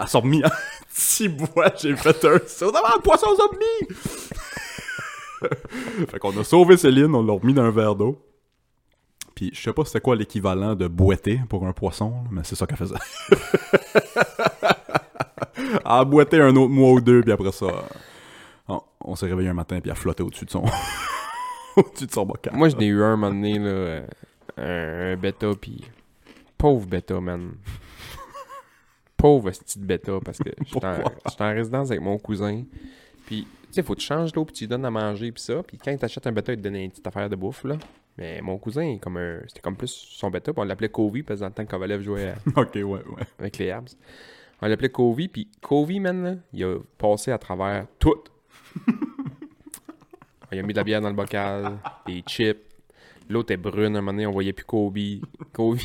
Elle s'est remise en petit bois, j'ai fait un saut devant un poisson zombie! fait qu'on a sauvé Céline, on l'a remis dans un verre d'eau. Puis je sais pas c'était quoi l'équivalent de boiter pour un poisson, là, mais c'est ça qu'elle faisait. elle a boité un autre mois ou deux, puis après ça, on, on s'est réveillé un matin, puis elle flottait au-dessus de son... au-dessus de son bocal. Moi, je l'ai eu un moment donné, là, euh, un, un bêta, puis. Pauvre bêta, man. Pauvre hostie de bêta, parce que j'étais en, Pourquoi? j'étais en résidence avec mon cousin. Puis, tu sais, faut que tu changes l'eau, puis tu lui donnes à manger, puis ça. Puis quand t'achètes un bêta, il te donne une petite affaire de bouffe, là. Mais mon cousin, il est comme un- c'était comme plus son bêta, puis on l'appelait Covey, parce que dans le temps que Kovalev jouait à- Ok, ouais, ouais. avec les Habs. On l'appelait Covey, puis Covey, man, là, il a passé à travers tout. il a mis de la bière dans le bocal, des chips. L'autre est brune, à un moment donné, on voyait plus Covey. Covey.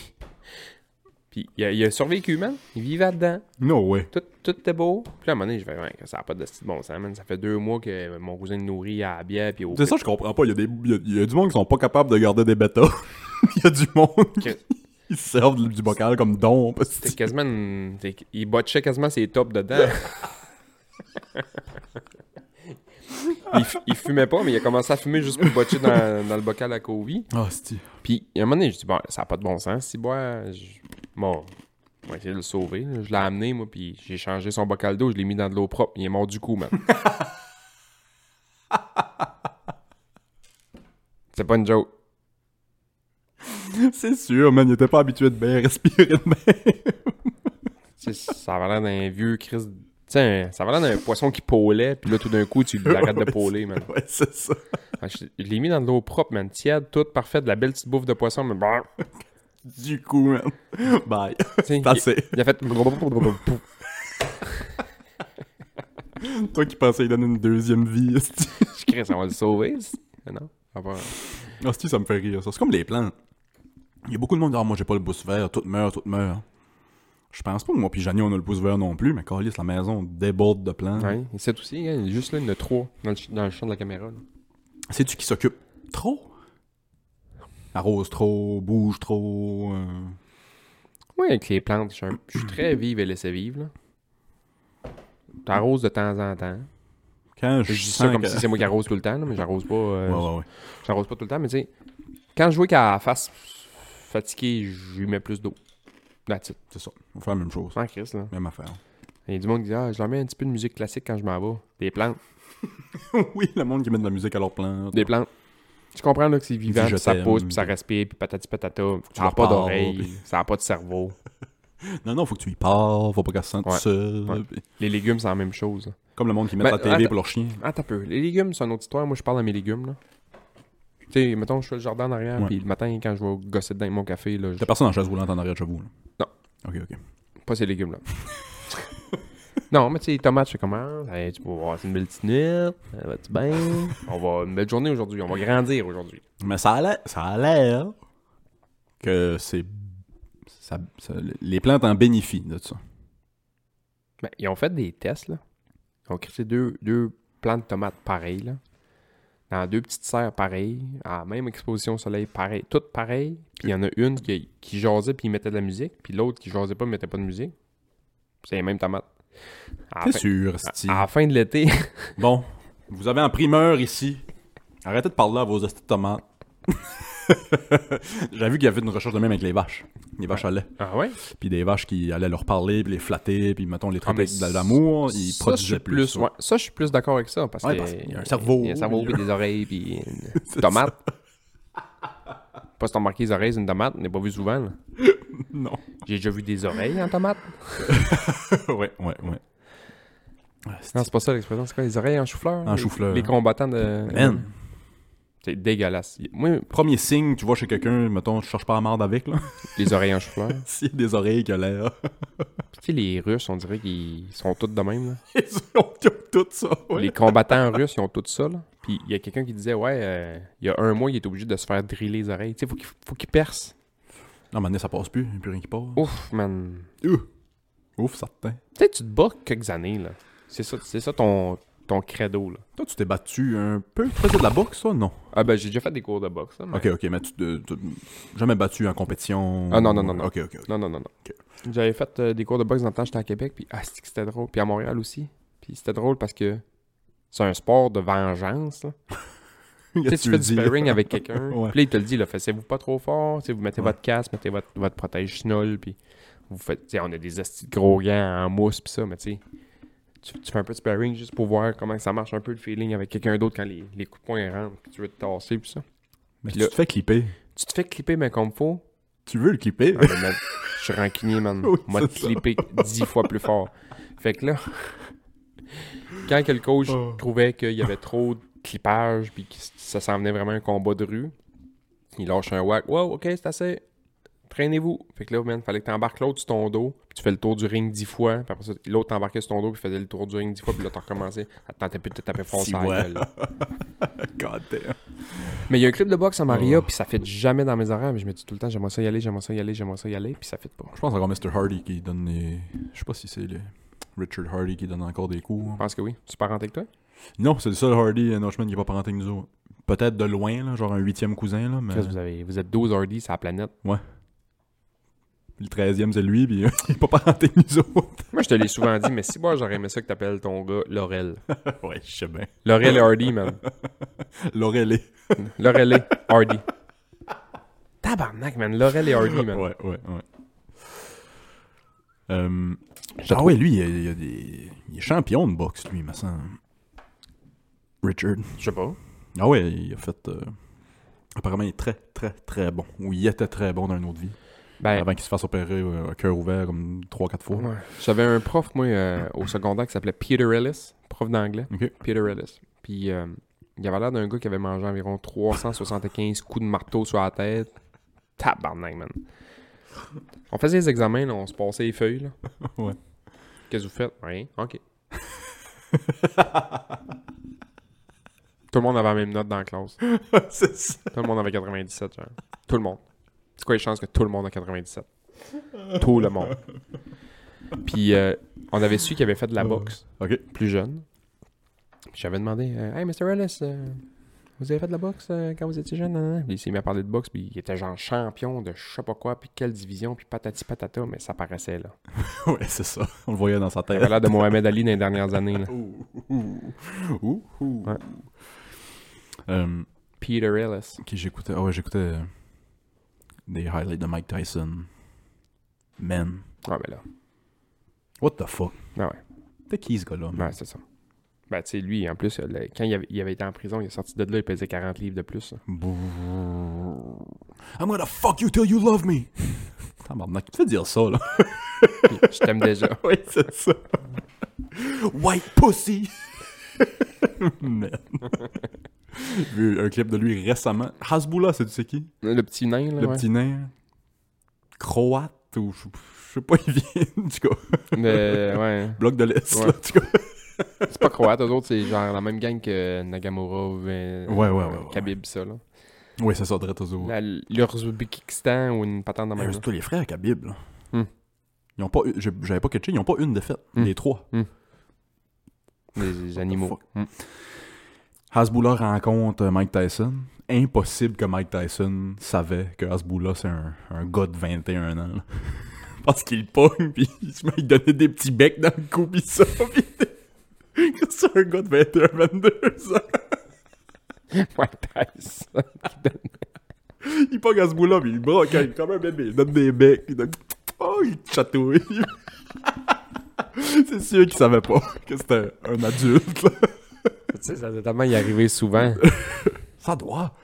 Puis il a, il a survécu, man. Il vivait dedans. No way. Tout, tout était beau. Puis là, à un moment donné, je vais, ça n'a pas de style bon sens, man. Ça fait deux mois que mon cousin le nourrit à la bière, puis au C'est ça, je comprends pas. Il y, a des, il y a- il y a du monde qui sont pas capables de garder des bêtas. il y a du monde qui Que- ils se servent du bocal comme don. parce que- C'était quasiment une- t'es- Il botchait quasiment ses tops dedans. il, fu- il fumait pas, mais il a commencé à fumer juste pour botcher dans, dans le bocal à Covey. Ah, c'est Puis, à un moment donné, je dis, bon, ça n'a pas de bon sens, si boire. je- Bon, On va essayer de le sauver. là. Je l'ai amené, moi, puis j'ai changé son bocal d'eau, je l'ai mis dans de l'eau propre. Il est mort du coup, man. C'est pas une joke. C'est sûr, man, il était pas habitué de bien respirer de même. Tu sais, ça avait l'air d'un vieux Christ. Tu sais, ça avait l'air d'un poisson qui pôlait, puis là, tout d'un coup, tu l'arrêtes de pôler, man. Ouais, c'est ça. Ah, Je je l'ai mis dans de l'eau propre, man. Tiède, toute parfaite, de la belle petite bouffe de poisson, mais brrr, Du coup, man. Bye. tu sais, C'est assez. il, il a fait. Toi qui pensais lui donner une deuxième vie, esti. Je crée, ça va le sauver. c'est- Mais Non, ça va pas. Esti, ça me fait rire, ça. C'est comme les plantes. Il y a beaucoup de monde qui dit Ah, moi, j'ai pas le pouce vert, tout meurt, tout meurt. Je pense pas que moi, puis Janie, on a le pouce vert non plus, mais Carlis, la maison déborde de plantes. Ouais, et c'est aussi, hein, juste là, il y en a trois dans le, ch- dans le champ de la caméra. là. Sais-tu qui s'occupe trop Arrose trop, bouge trop. euh, Oui, avec les plantes, je suis un- je suis très vive et laissé vivre. là. T'arroses de temps en temps. Quand je, Je dis sens ça comme que- si c'est moi qui arrose tout le temps, là, mais j'arrose pas. euh, Ouais, ouais, ouais. J'arrose pas tout le temps, mais tu sais, quand je vois qu'elle a la face fatiguée, je lui mets plus d'eau. That's it. C'est ça. On fait la même chose. Sans Chris, là. Même affaire. Il y a du monde qui dit Ah, je leur mets un petit peu de musique classique quand je m'en vais. Des plantes. oui, le monde qui met de la musique à leur plantes. Des plantes. Tu comprends là que c'est vivant, dis, Je puis ça t'aime. pousse, puis ça respire, puis patati patata. tu Ça n'a leur pas parles, d'oreille, puis- ça n'a pas de cerveau. Non, non, faut que tu y parles, faut pas qu'elle se sente Ouais, seule. ouais. Puis- Les légumes, c'est la même chose. Comme le monde qui met Ben, la TV attends. pour leur chien. Ah, t'as peu. Les légumes, c'est une autre histoire. Moi, je parle à mes légumes, là. Tu sais, mettons, je fais le jardin en arrière, Ouais. puis le matin, quand je vais gosser dedans avec mon café, là, je T'as personne en chaise roulante en arrière de chez vous, là? Non. Ok, ok. pas ces légumes-là. non, mais tu sais, les tomates, je fais hein. comment? Hey, tu peux voir, c'est une belle petite nuit. Ça va-tu bien? on va une belle journée aujourd'hui. On va grandir aujourd'hui. Mais ça a l'air, ça a l'air que c'est... ça- ça- les plantes en bénéficient de ça. Ben, ils ont fait des tests, là. Ils ont crissé deux, deux plants de tomates pareils, là. Dans deux petites serres pareilles, à la même exposition au soleil, pareil, toutes pareilles. Puis il y en a une qui, qui jasait puis il mettait de la musique, puis l'autre qui jasait pas, mettait pas de musique. C'est les mêmes tomates. À la, C'est fin, sûr, esti. à la fin de l'été, Bon, vous avez en primeur ici. Arrêtez de parler à vos hosties de tomates. J'avais vu qu'il y avait une recherche de même avec les vaches. Les vaches à lait. ah ouais? Puis des vaches qui allaient leur parler, puis les flatter, puis mettons les Ah, traiter mais de l'amour, ça, ils je produisaient suis plus. ça. ouais. ça, je suis plus d'accord avec ça. Parce Ouais, que parce qu'il y a un cerveau Il y a un au cerveau, milieu. puis des oreilles, puis une tomate. Pas si t'as remarqué les oreilles, c'est une tomate, on n'est pas vu souvent. là. Non. J'ai déjà vu des oreilles en tomate. ouais, ouais, ouais. Ah, c'est- Non, c'est pas ça l'expression. C'est quoi les oreilles en chou-fleur? En Les- chou-fleur. Les combattants de. Man, C'est dégueulasse. Moi, premier signe, tu vois chez quelqu'un, mettons, je cherche pas à marde avec, là. les oreilles en chou-fleur. S'il y a des oreilles qui ont l'air. tu sais, les Russes, on dirait qu'ils sont tous de même. là. Ils ont ils ont tout ça, ouais. Les combattants russes, ils ont tout ça. Là. Puis il y a quelqu'un qui disait, ouais, euh, il y a un mois, il est obligé de se faire driller les oreilles. Tu sais, faut qu'il faut qu'il perce. Non, maintenant, ça passe plus, il n'y a plus rien qui passe. Ouf, man. Ouf, certain. Tu sais, tu te bats quelques années, là. C'est ça, c'est ça ton, ton credo, là. Toi, tu t'es battu un peu. Tu faisais de la boxe, ça? Non. Ah ben, j'ai déjà fait des cours de boxe, là, mais- Ok, ok, mais tu te- tu t'es jamais battu en compétition. Ah, non, non, non, non. Ok, ok, ok. Non, non, non, non. Ok. J'avais fait euh, des cours de boxe dans le temps, j'étais à Québec, puis ah, c'est que c'était drôle. Puis à Montréal aussi. Puis c'était drôle parce que c'est un sport de vengeance. là. Tu sais, Qu'est-ce tu que fais du veux dire? sparring avec quelqu'un. Ouais. Puis là, il te le dit, là, faites-vous pas trop fort. Tu sais, vous mettez Ouais. votre casque, mettez votre, votre protège snoll, puis vous faites. Tu sais, on a des astis de gros gants en mousse, puis ça, mais tu sais. Tu, tu fais un peu de sparring juste pour voir comment ça marche un peu le feeling avec quelqu'un d'autre quand les, les coups de poing rentrent, puis tu veux te tasser, puis ça. Mais Puis tu là- te fais clipper. Tu te fais clipper, mais comme faut. Tu veux le clipper? Ah, ben, ben, je suis rancunier, man. Oui, Moi, c'est ça. clippé dix fois plus fort. Fait que là, quand que le coach Oh. trouvait qu'il y avait trop de clippage puis que ça s'en venait vraiment un combat de rue, il lâche un whack. Wow, ok, c'est assez. Traînez-vous. Fait que là, man, fallait que t'embarques l'autre sur ton dos, puis tu fais le tour du ring dix fois, puis après ça, l'autre t'embarquait sur ton dos, puis faisait le tour du ring dix fois, puis là, t'as recommencé. Attends, t'as plus de te taper fort Si, sur la ouais. gueule, là. Ah, God damn. Mais il y a un clip de boxe à Maria, Oh. puis ça fit jamais dans mes horaires, mais je me dis tout le temps, j'aimerais ça y aller, j'aimerais ça y aller, j'aimerais ça y aller, puis ça fit pas. Je pense encore Mr. Hardy qui donne les. Je sais pas si c'est le Richard Hardy qui donne encore des coups. hein. Je pense que oui. Tu es parenté que toi? Non, c'est le seul Hardy euh, Notchman qui est pas parenté que nous autres. Peut-être de loin, là, genre un huitième cousin, là, mais Chris, vous, avez, vous êtes 12 Hardy sur la planète. le treizième c'est lui, puis il est pas parenté que nous autres. Moi, je te l'ai souvent dit, mais si moi, j'aurais aimé ça que t'appelles ton gars Laurel. ouais, je sais bien. Laurel et Hardy, man. Laurel est. Laurel et Hardy. Tabarnak, man. Laurel et Hardy, man. Ouais, ouais, ouais. Euh, Je ah trouve- ouais, lui, il, a- il a des... il est champion de boxe, lui, il me semble. Richard. Je sais pas. Ah ouais, il a fait. euh, Apparemment, il est très, très, très bon. Ou il était très bon dans une autre vie. Ben, Avant qu'il se fasse opérer euh, à cœur ouvert comme 3-4 fois. Ouais. J'avais un prof, moi, euh, au secondaire qui s'appelait Peter Ellis, prof d'anglais. Ok. Peter Ellis. Puis euh, il avait l'air d'un gars qui avait mangé environ 375 coups de marteau sur la tête. Tabarnak, man. On faisait les examens, là, on se passait les feuilles. Là. Ouais. Qu'est-ce que vous faites? Rien. OK. Tout le monde avait la même note dans la classe. C'est ça. Tout le monde avait 97, genre. Tout le monde. C'est quoi les chances que tout le monde a 97? Tout le monde. Puis, euh, on avait su qu'il avait fait de la boxe Ok. plus jeune. Puis J'avais demandé, euh, Hey, Mr. Ellis, euh, vous avez fait de la boxe euh, quand vous étiez jeune? nan, nan, nan? Puis il s'est mis à parler de boxe, puis il était genre champion de je sais pas quoi, puis quelle division, puis patati patata, mais ça paraissait, là. Ouais, c'est ça. On le voyait dans sa Il avait tête. l'air de Mohamed Ali dans les dernières années, là. Ouh, ouh, ouh, ouh. Ouais. Euh, Peter Ellis. ok, j'écoutais. Ah ouais, j'écoutais euh, des highlights de Mike Tyson. Man. Ah, ben là. What the fuck? Ah ouais. T'es qui ce gars-là? man? Ouais, c'est ça. Ben, tu sais, lui, en plus, le- quand il avait, il avait été en prison, il est sorti de là, il pesait 40 livres de plus. là. Bouh. I'm gonna fuck you till you love me. Tabarnak, qui te fait dire ça, là? Je t'aime déjà. oui, c'est ça. White pussy! Man. J'ai vu un clip de lui récemment. Hasbullah, c'est tu sais qui? Le petit nain, là. Le ouais. petit nain. Croate ou je je sais pas, il vient, en tout cas. Le- ouais. Bloc de l'Est, Ouais. là, en tout cas. C'est pas croate, eux autres, c'est genre la même gang que Nagamura ou euh, Ouais, ouais, ouais, ouais, Khabib, ça, là. Oui, c'est ça, Dretozo. La- L'Urzbékistan ou une patente dans ma Mais main. c'est tous les frères Khabib, là. Hmm. Ils ont pas eu- j'ai- J'avais pas catché, ils ont pas une défaite. Hmm. Les trois. Les animaux. fuck? Mm. Hasbullah rencontre euh, Mike Tyson. Impossible que Mike Tyson savait que Hasbullah, c'est un, un gars de 21 ans. là. Parce qu'il pogne, puis il se met à lui donner des petits becs dans le cou, puis ça. puis- c'est un gars de 21, 22 ans. Mike Tyson. Il pogne à ce bout-là, mais il broque hein, comme un bébé. Il donne des becs, il donne... Oh, il chatouille. C'est sûr qu'il savait pas que c'était un adulte. là. tu sais, ça doit tellement y arriver souvent. Ça doit.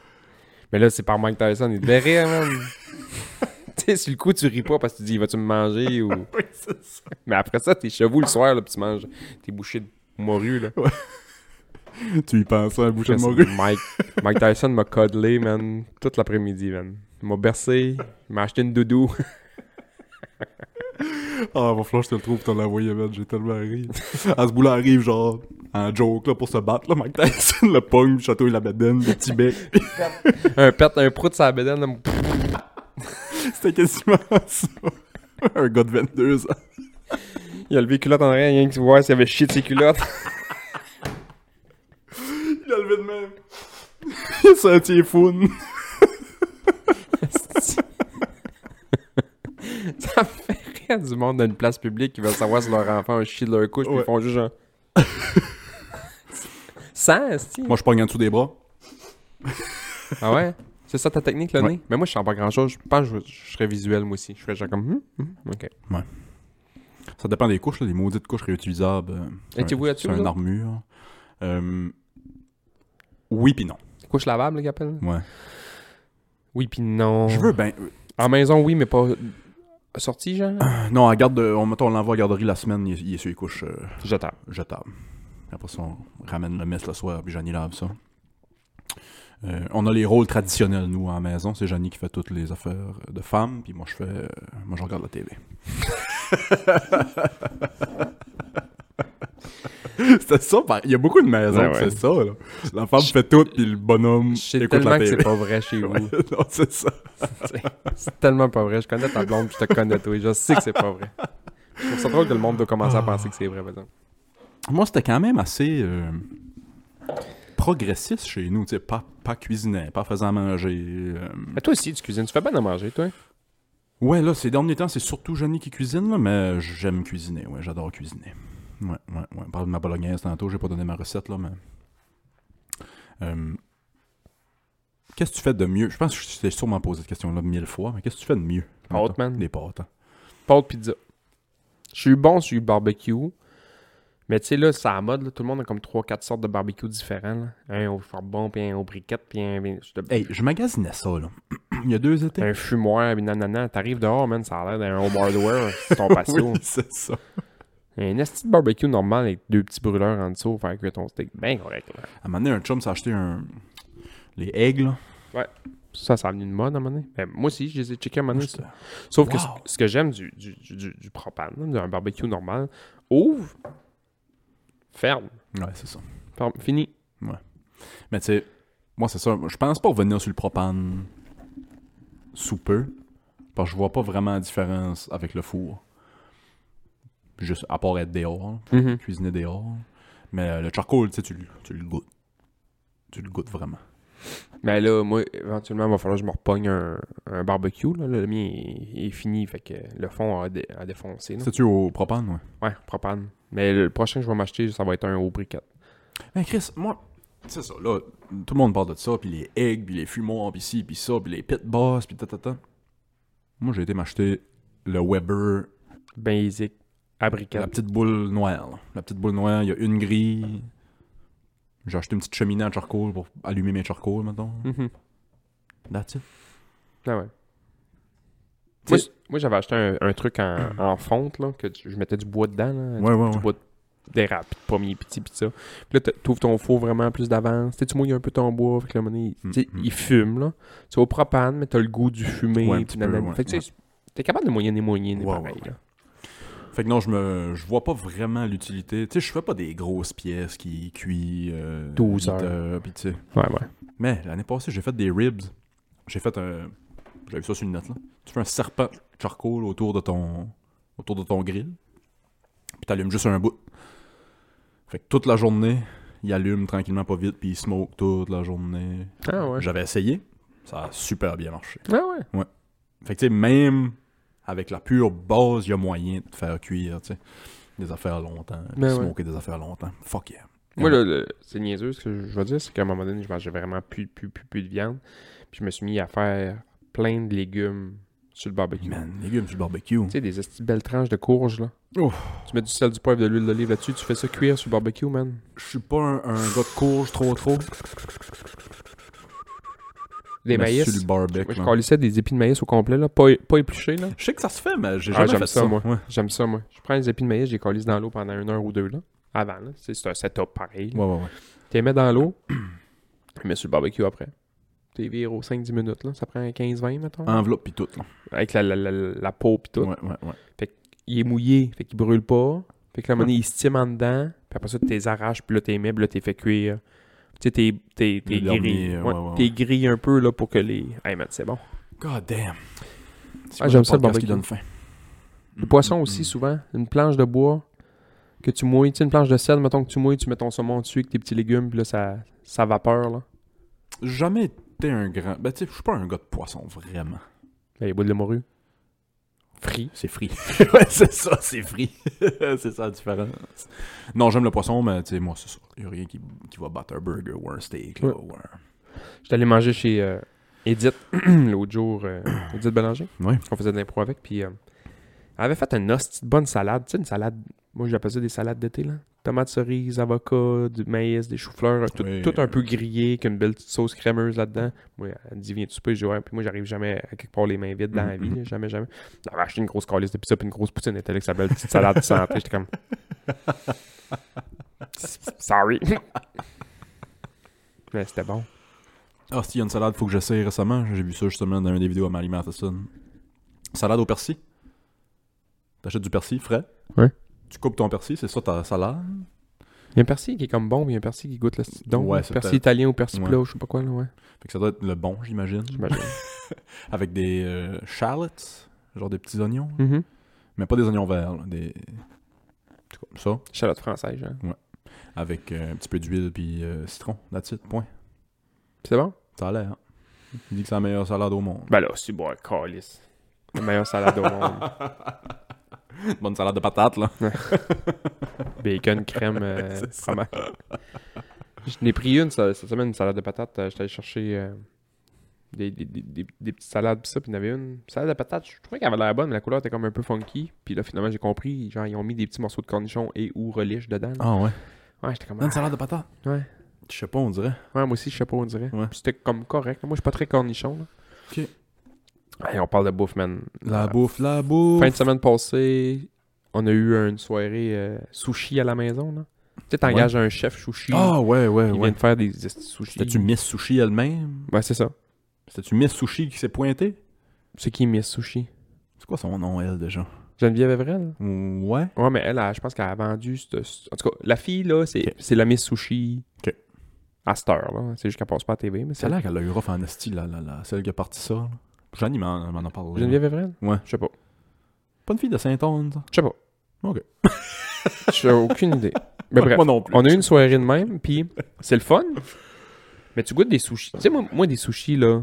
Mais là, c'est par Mike Tyson. Il devait rire, man. tu sais, sur le coup, tu ris pas parce que tu dis, vas-tu me manger ou. Oui, c'est ça. Mais après ça, t'es chevaux le soir, là, puis tu manges tes bouchées de morue, là. Tu y penses hein, à un bouchon de Chris, morue? Mike, Mike Tyson m'a codelé, man, toute l'après-midi, man. Il m'a bercé, il m'a acheté une doudou. Ah, va falloir que je te le trouve, t'en l'as envoyé, man. J'ai tellement ri. À ce bout-là, arrive genre un joke là, pour se battre. Là, Mike Tyson le pogne, il chatouille la bedaine, le petit bec. un pet, un prout sur la bédaine. là. C'était quasiment ça. Un gars de 22 ans. Il a levé les culottes en arrière, rien que tu vois s'il avait chié de ses culottes. Il a levé de même. Il a senti foune. Ça me fait rire du monde dans une place publique qui veulent savoir si leur enfant a chié de leur couche, puis Ouais. ils font juste genre... Ça, esti. Moi, je pogne en dessous des bras. Ah ouais? C'est ça ta technique, le Ouais. nez? Mais moi, je sens pas grand-chose. Je pense que je, je serais visuel, moi aussi. Je serais genre comme... Hum, hum, OK. Ça dépend des couches, là, des maudites couches réutilisables. euh, sur Étiez-vous un- là-dessus, Sur vous une autres? armure. Euh, oui puis non. Couche lavable, les gars, appellent? Ouais. Oui, puis non. Je veux ben. En maison, oui, mais pas... Sorti, genre? euh, non, à garde de- on, mettons, on l'envoie à la garderie la semaine, il, est- il est sur les couches euh, Jetable. jetables. Après ça, on ramène le mess le soir, puis Johnny lave ça. Euh, on a les rôles traditionnels, nous, en maison. C'est Johnny qui fait toutes les affaires de femmes, puis moi, je fais. euh, moi, je regarde la TV. C'était ça, par- il y a beaucoup de maisons, Ouais, que ouais. c'est ça, là. La femme fait tout, puis le bonhomme Je sais écoute tellement la que TV. c'est pas vrai chez vous. non, c'est ça. C'est tellement pas vrai. Je connais ta blonde, puis je te connais toi. Je sais que c'est pas vrai. Je trouve ça drôle que le monde doit commencer à penser que c'est vrai, par exemple. Moi, c'était quand même assez euh, progressiste chez nous, tu sais, pas, pas cuisinant, pas faisant à manger. euh. Mais toi aussi, tu cuisines. Tu fais bien à manger, toi. Ouais, là, ces derniers temps, c'est surtout Johnny qui cuisine, là, mais j'aime cuisiner, ouais, j'adore cuisiner. Ouais, ouais, ouais. On parle de ma bolognaise tantôt, j'ai pas donné ma recette, là, mais... Euh, Qu'est-ce que tu fais de mieux? Je pense que je t'ai sûrement posé cette question-là mille fois, mais qu'est-ce que tu fais de mieux? Pâtes, man. Des pâtes. hein. Pâte pizza. Je suis bon sur le barbecue. Mais tu sais, là, c'est à la mode. là. Tout le monde a comme 3-4 sortes de barbecue différents. Là. Un au charbon, puis un aux briquettes, puis un. ben, Hey, je magasinais ça, là. Il y a deux étés. Un fumoir, puis nanana. T'arrives dehors, man, ça a l'air d'un home hardware. C'est ton patio. Oui, c'est ça. Un esti de barbecue normal avec deux petits brûleurs en dessous pour faire cuire ton steak. Ben correct, là. À un moment donné, un chum s'est acheté un... les aigles. Ça, ça a venu de mode à un moment donné. Ben, moi aussi, je les ai checkés à un moment donné. Sauf que ce, Wow. ce que j'aime du, du, du- du- du propane, là, d'un barbecue normal, ouvre, ferme, Ouais, c'est ça. ferme, fini. Mais tu sais, moi, c'est ça. Je pense pas revenir sur le propane sous peu. Parce que je vois pas vraiment la différence avec le four. Juste à part être dehors, Mm-hmm. cuisiner dehors. Mais euh, le charcoal, tu sais, tu le- tu le goûtes. Tu le goûtes vraiment. Mais Ben là, moi, éventuellement, il va falloir que je me repogne un, un barbecue. Là. Le mien est, est fini, fait que le fond a, dé- a défoncé. là. C'est-tu au propane, ouais? Ouais, propane. Mais le prochain que je vais m'acheter, ça va être un au briquette. Mais Ben, Chris, moi, c'est ça, là, tout le monde parle de ça, puis les eggs, puis les fumoirs, puis ci, puis ça, puis les pit boss, puis tatata. Moi, j'ai été m'acheter le Weber, Basic, à briquette. la petite boule noire. là. La petite boule noire, il y a une grille. J'ai acheté une petite cheminée à charcoal pour allumer mes charcoals, maintenant. Mhm. That's it. Ah ouais. Tu Moi, sais- c- moi, j'avais acheté un, un truc en, en fonte, là, que tu- je mettais du bois dedans, là, du- Ouais, ouais, du ouais. bois de- d'érable, pis de pommier, pis ci, pis ça. Puis là, t- t'ouvres ton four vraiment plus d'avance. Tu sais, tu mouilles un peu ton bois, fait que là, à un moment donné, il- tu sais, Mhm. il fume, là. Tu vas au propane, mais t'as le goût du fumé, Ouais, un pis petit nanana. peu, ouais, Fait que tu sais, t'es capable de moyenner, moyenner, Ouais, pareil, ouais, ouais. là. Fait que non, je me, je vois pas vraiment l'utilité. Tu sais, je fais pas des grosses pièces qui cuisent euh, 12 huit heures. puis tu sais. Ouais, ouais. Mais l'année passée, j'ai fait des ribs. J'ai fait un. J'avais vu ça sur une note là. Tu fais un serpent charcoal autour de ton. autour de ton grill. Puis t'allumes juste un bout. Fait que toute la journée, il allume tranquillement pas vite, puis il smoke toute la journée. Ah ouais. J'avais essayé. Ça a super bien marché. Ah ouais. Fait que tu sais, même avec la pure base, il y a moyen de faire cuire, tu sais. Des affaires longtemps. puis Ben ouais. smoker des affaires longtemps. Fuck yeah. Moi, là, le- c'est niaiseux, ce que je je veux dire, c'est qu'à un moment donné, je mangeais vraiment plus, plus, plus, plus de viande. Puis je me suis mis à faire plein de légumes sur le barbecue. Man, légumes du barbecue. Tu sais, des esti de belles tranches de courge, là. Ouf. Tu mets du sel, du poivre, de l'huile d'olive là-dessus, tu fais ça cuire sur le barbecue, man. Je suis pas un, un gars de courge trop trop. Des Mais maïs. Sur le barbecue. Moi, je man. calissais des épis de maïs au complet, là. Pas, pas épluchés, là. Je sais que ça se fait, mais j'ai Ah, jamais j'aime fait ça, ça. moi. ouais. J'aime ça, moi. Je prends les épis de maïs, je les calisse dans l'eau pendant une heure ou deux, là. Avant, là. C'est c'est un setup pareil. là. Ouais, ouais, ouais. Tu les mets dans l'eau, tu les mets sur le barbecue après. Tu les vires aux 5-10 minutes, là. Ça prend 15-20, mettons. Enveloppe pis tout. là. Avec la, la, la, la peau pis tout. Ah. Ouais, ouais, ouais. il est mouillé, fait qu'il brûle pas. Fait que la Ah. monnaie, il stime en dedans. Puis après ça, tu les arraches, puis là, t'es mets, puis là, t'es fait cuire. Tu sais, t'es, t'es, t'es Le grillé. dernier, euh, Ouais, ouais, ouais, t'es ouais. grillé un peu, là, pour que les... Hey, man, c'est bon. God damn. C'est Ah, pas j'aime ça, le podcast qui barbecue. donne faim. Mm, Le poisson aussi, souvent, une planche de bois que tu mouilles. Tu sais, une planche de sel, mettons que tu mouilles, tu mets ton saumon dessus avec tes petits légumes, puis là, ça, ça vapeur, là. J'ai mm. Jamais été un grand. Ben, tu sais, je suis pas un gars de poisson, vraiment. Là, les boules de morue. Frit. C'est frit. ouais, c'est ça, c'est frit. c'est ça la différence. Non, j'aime le poisson, mais tu sais, moi, c'est ça. Y a rien qui, qui va battre un burger ou un steak. Là, Ouais. ou un- J'étais allé manger chez euh, Edith l'autre jour, euh, Edith Bélanger. Ouais. On faisait de l'impro avec, puis euh, elle avait fait une hostie de bonne salade. Tu sais, une salade, moi j'appelle ça des salades d'été, là. Tomates cerises, avocats, du maïs, des choux-fleurs, tout, Oui. tout un peu grillé, avec une belle petite sauce crémeuse là-dedans. Moi, elle me dit, viens-tu pas? Je dis, ouais, puis moi j'arrive jamais à quelque part les mains vides dans la vie, là. jamais, jamais. Elle avait acheté une grosse calice de pizza, puis une grosse poutine, elle était là avec sa belle petite salade de santé. J'étais comme. Sorry. Mais c'était bon. Ah, si, il y a une salade, faut que j'essaye récemment. J'ai vu ça justement dans une des vidéos à Mary Matheson. Salade au persil. T'achètes du persil frais. Ouais. Tu coupes ton persil, c'est ça ta salade. Il y a un persil qui est comme bon, mais il y a un persil qui goûte le style don. Ouais, un c'est persil peut-être- italien ou persil Ouais. plat, ou je sais pas quoi, là, ouais. Mhm. Fait que ça doit être le bon, j'imagine. J'imagine. Avec des euh, shallots, genre des petits oignons. Mhm. Mais pas des oignons verts, là, des... tout comme ça. Chalotte française, genre. Avec euh, un petit peu d'huile puis euh, citron, that's it, point. C'est bon? Ça a l'air. hein. Il dit que c'est la meilleure salade au monde. Ben là, c'est bon, calice. La meilleure salade au monde. Bonne salade de patates, là. Bacon, crème, euh, fromage. Je n'ai pris une ça- cette semaine, une salade de patates. Euh, J'étais allé chercher euh, Des, des, des, des- des petites salades, pis ça, puis il y en avait une. Salade à patates, je trouvais qu'elle avait l'air bonne, mais la couleur était comme un peu funky. Puis là, finalement, j'ai compris. Genre, ils ont mis des petits morceaux de cornichons et ou relish dedans. là. Ah ouais. Ouais, j'étais comme. Une salade de patates. ah, ouais. Je sais pas, on dirait. Ouais, moi aussi, je sais pas, on dirait. Ouais. Puis C'était comme correct. Moi, je suis pas très cornichon. Là. Ok. Hey, on parle de bouffe, man. La Euh, bouffe, la bouffe. Fin de semaine passée, on a eu une soirée euh, sushi à la maison. Là. Tu sais, t'engages un chef sushi. Ah ouais, ouais, il ouais. vient de faire des, des sushis. C'était-tu Miss Sushi elle-même? Ouais, c'est ça. C'était-tu Miss Sushi qui s'est pointée? C'est qui Miss Sushi C'est quoi son nom, elle, déjà? Geneviève Evrel Ouais. Mm, Ouais, mais elle, elle, je pense qu'elle a vendu. cette- cette- En tout cas, la fille, là, c'est Ok. c'est la Miss Sushi. Ok. À cette heure, là. C'est juste qu'elle passe pas à TV. Mais Ça c'est a l'air qu'elle a eu rough en esti, là, là, là, celle qui a parti ça. là. Jeannie m'en m'en a parlé. Geneviève Evrel Ouais. Je sais pas. Pas une fille de Saint-Anne, ça? Je sais pas. Ok. J'ai aucune idée. Mais bref. Moi non plus. On a eu une soirée de même, puis c'est le fun. Mais tu goûtes des sushis. Tu sais, moi, moi, des sushis, là,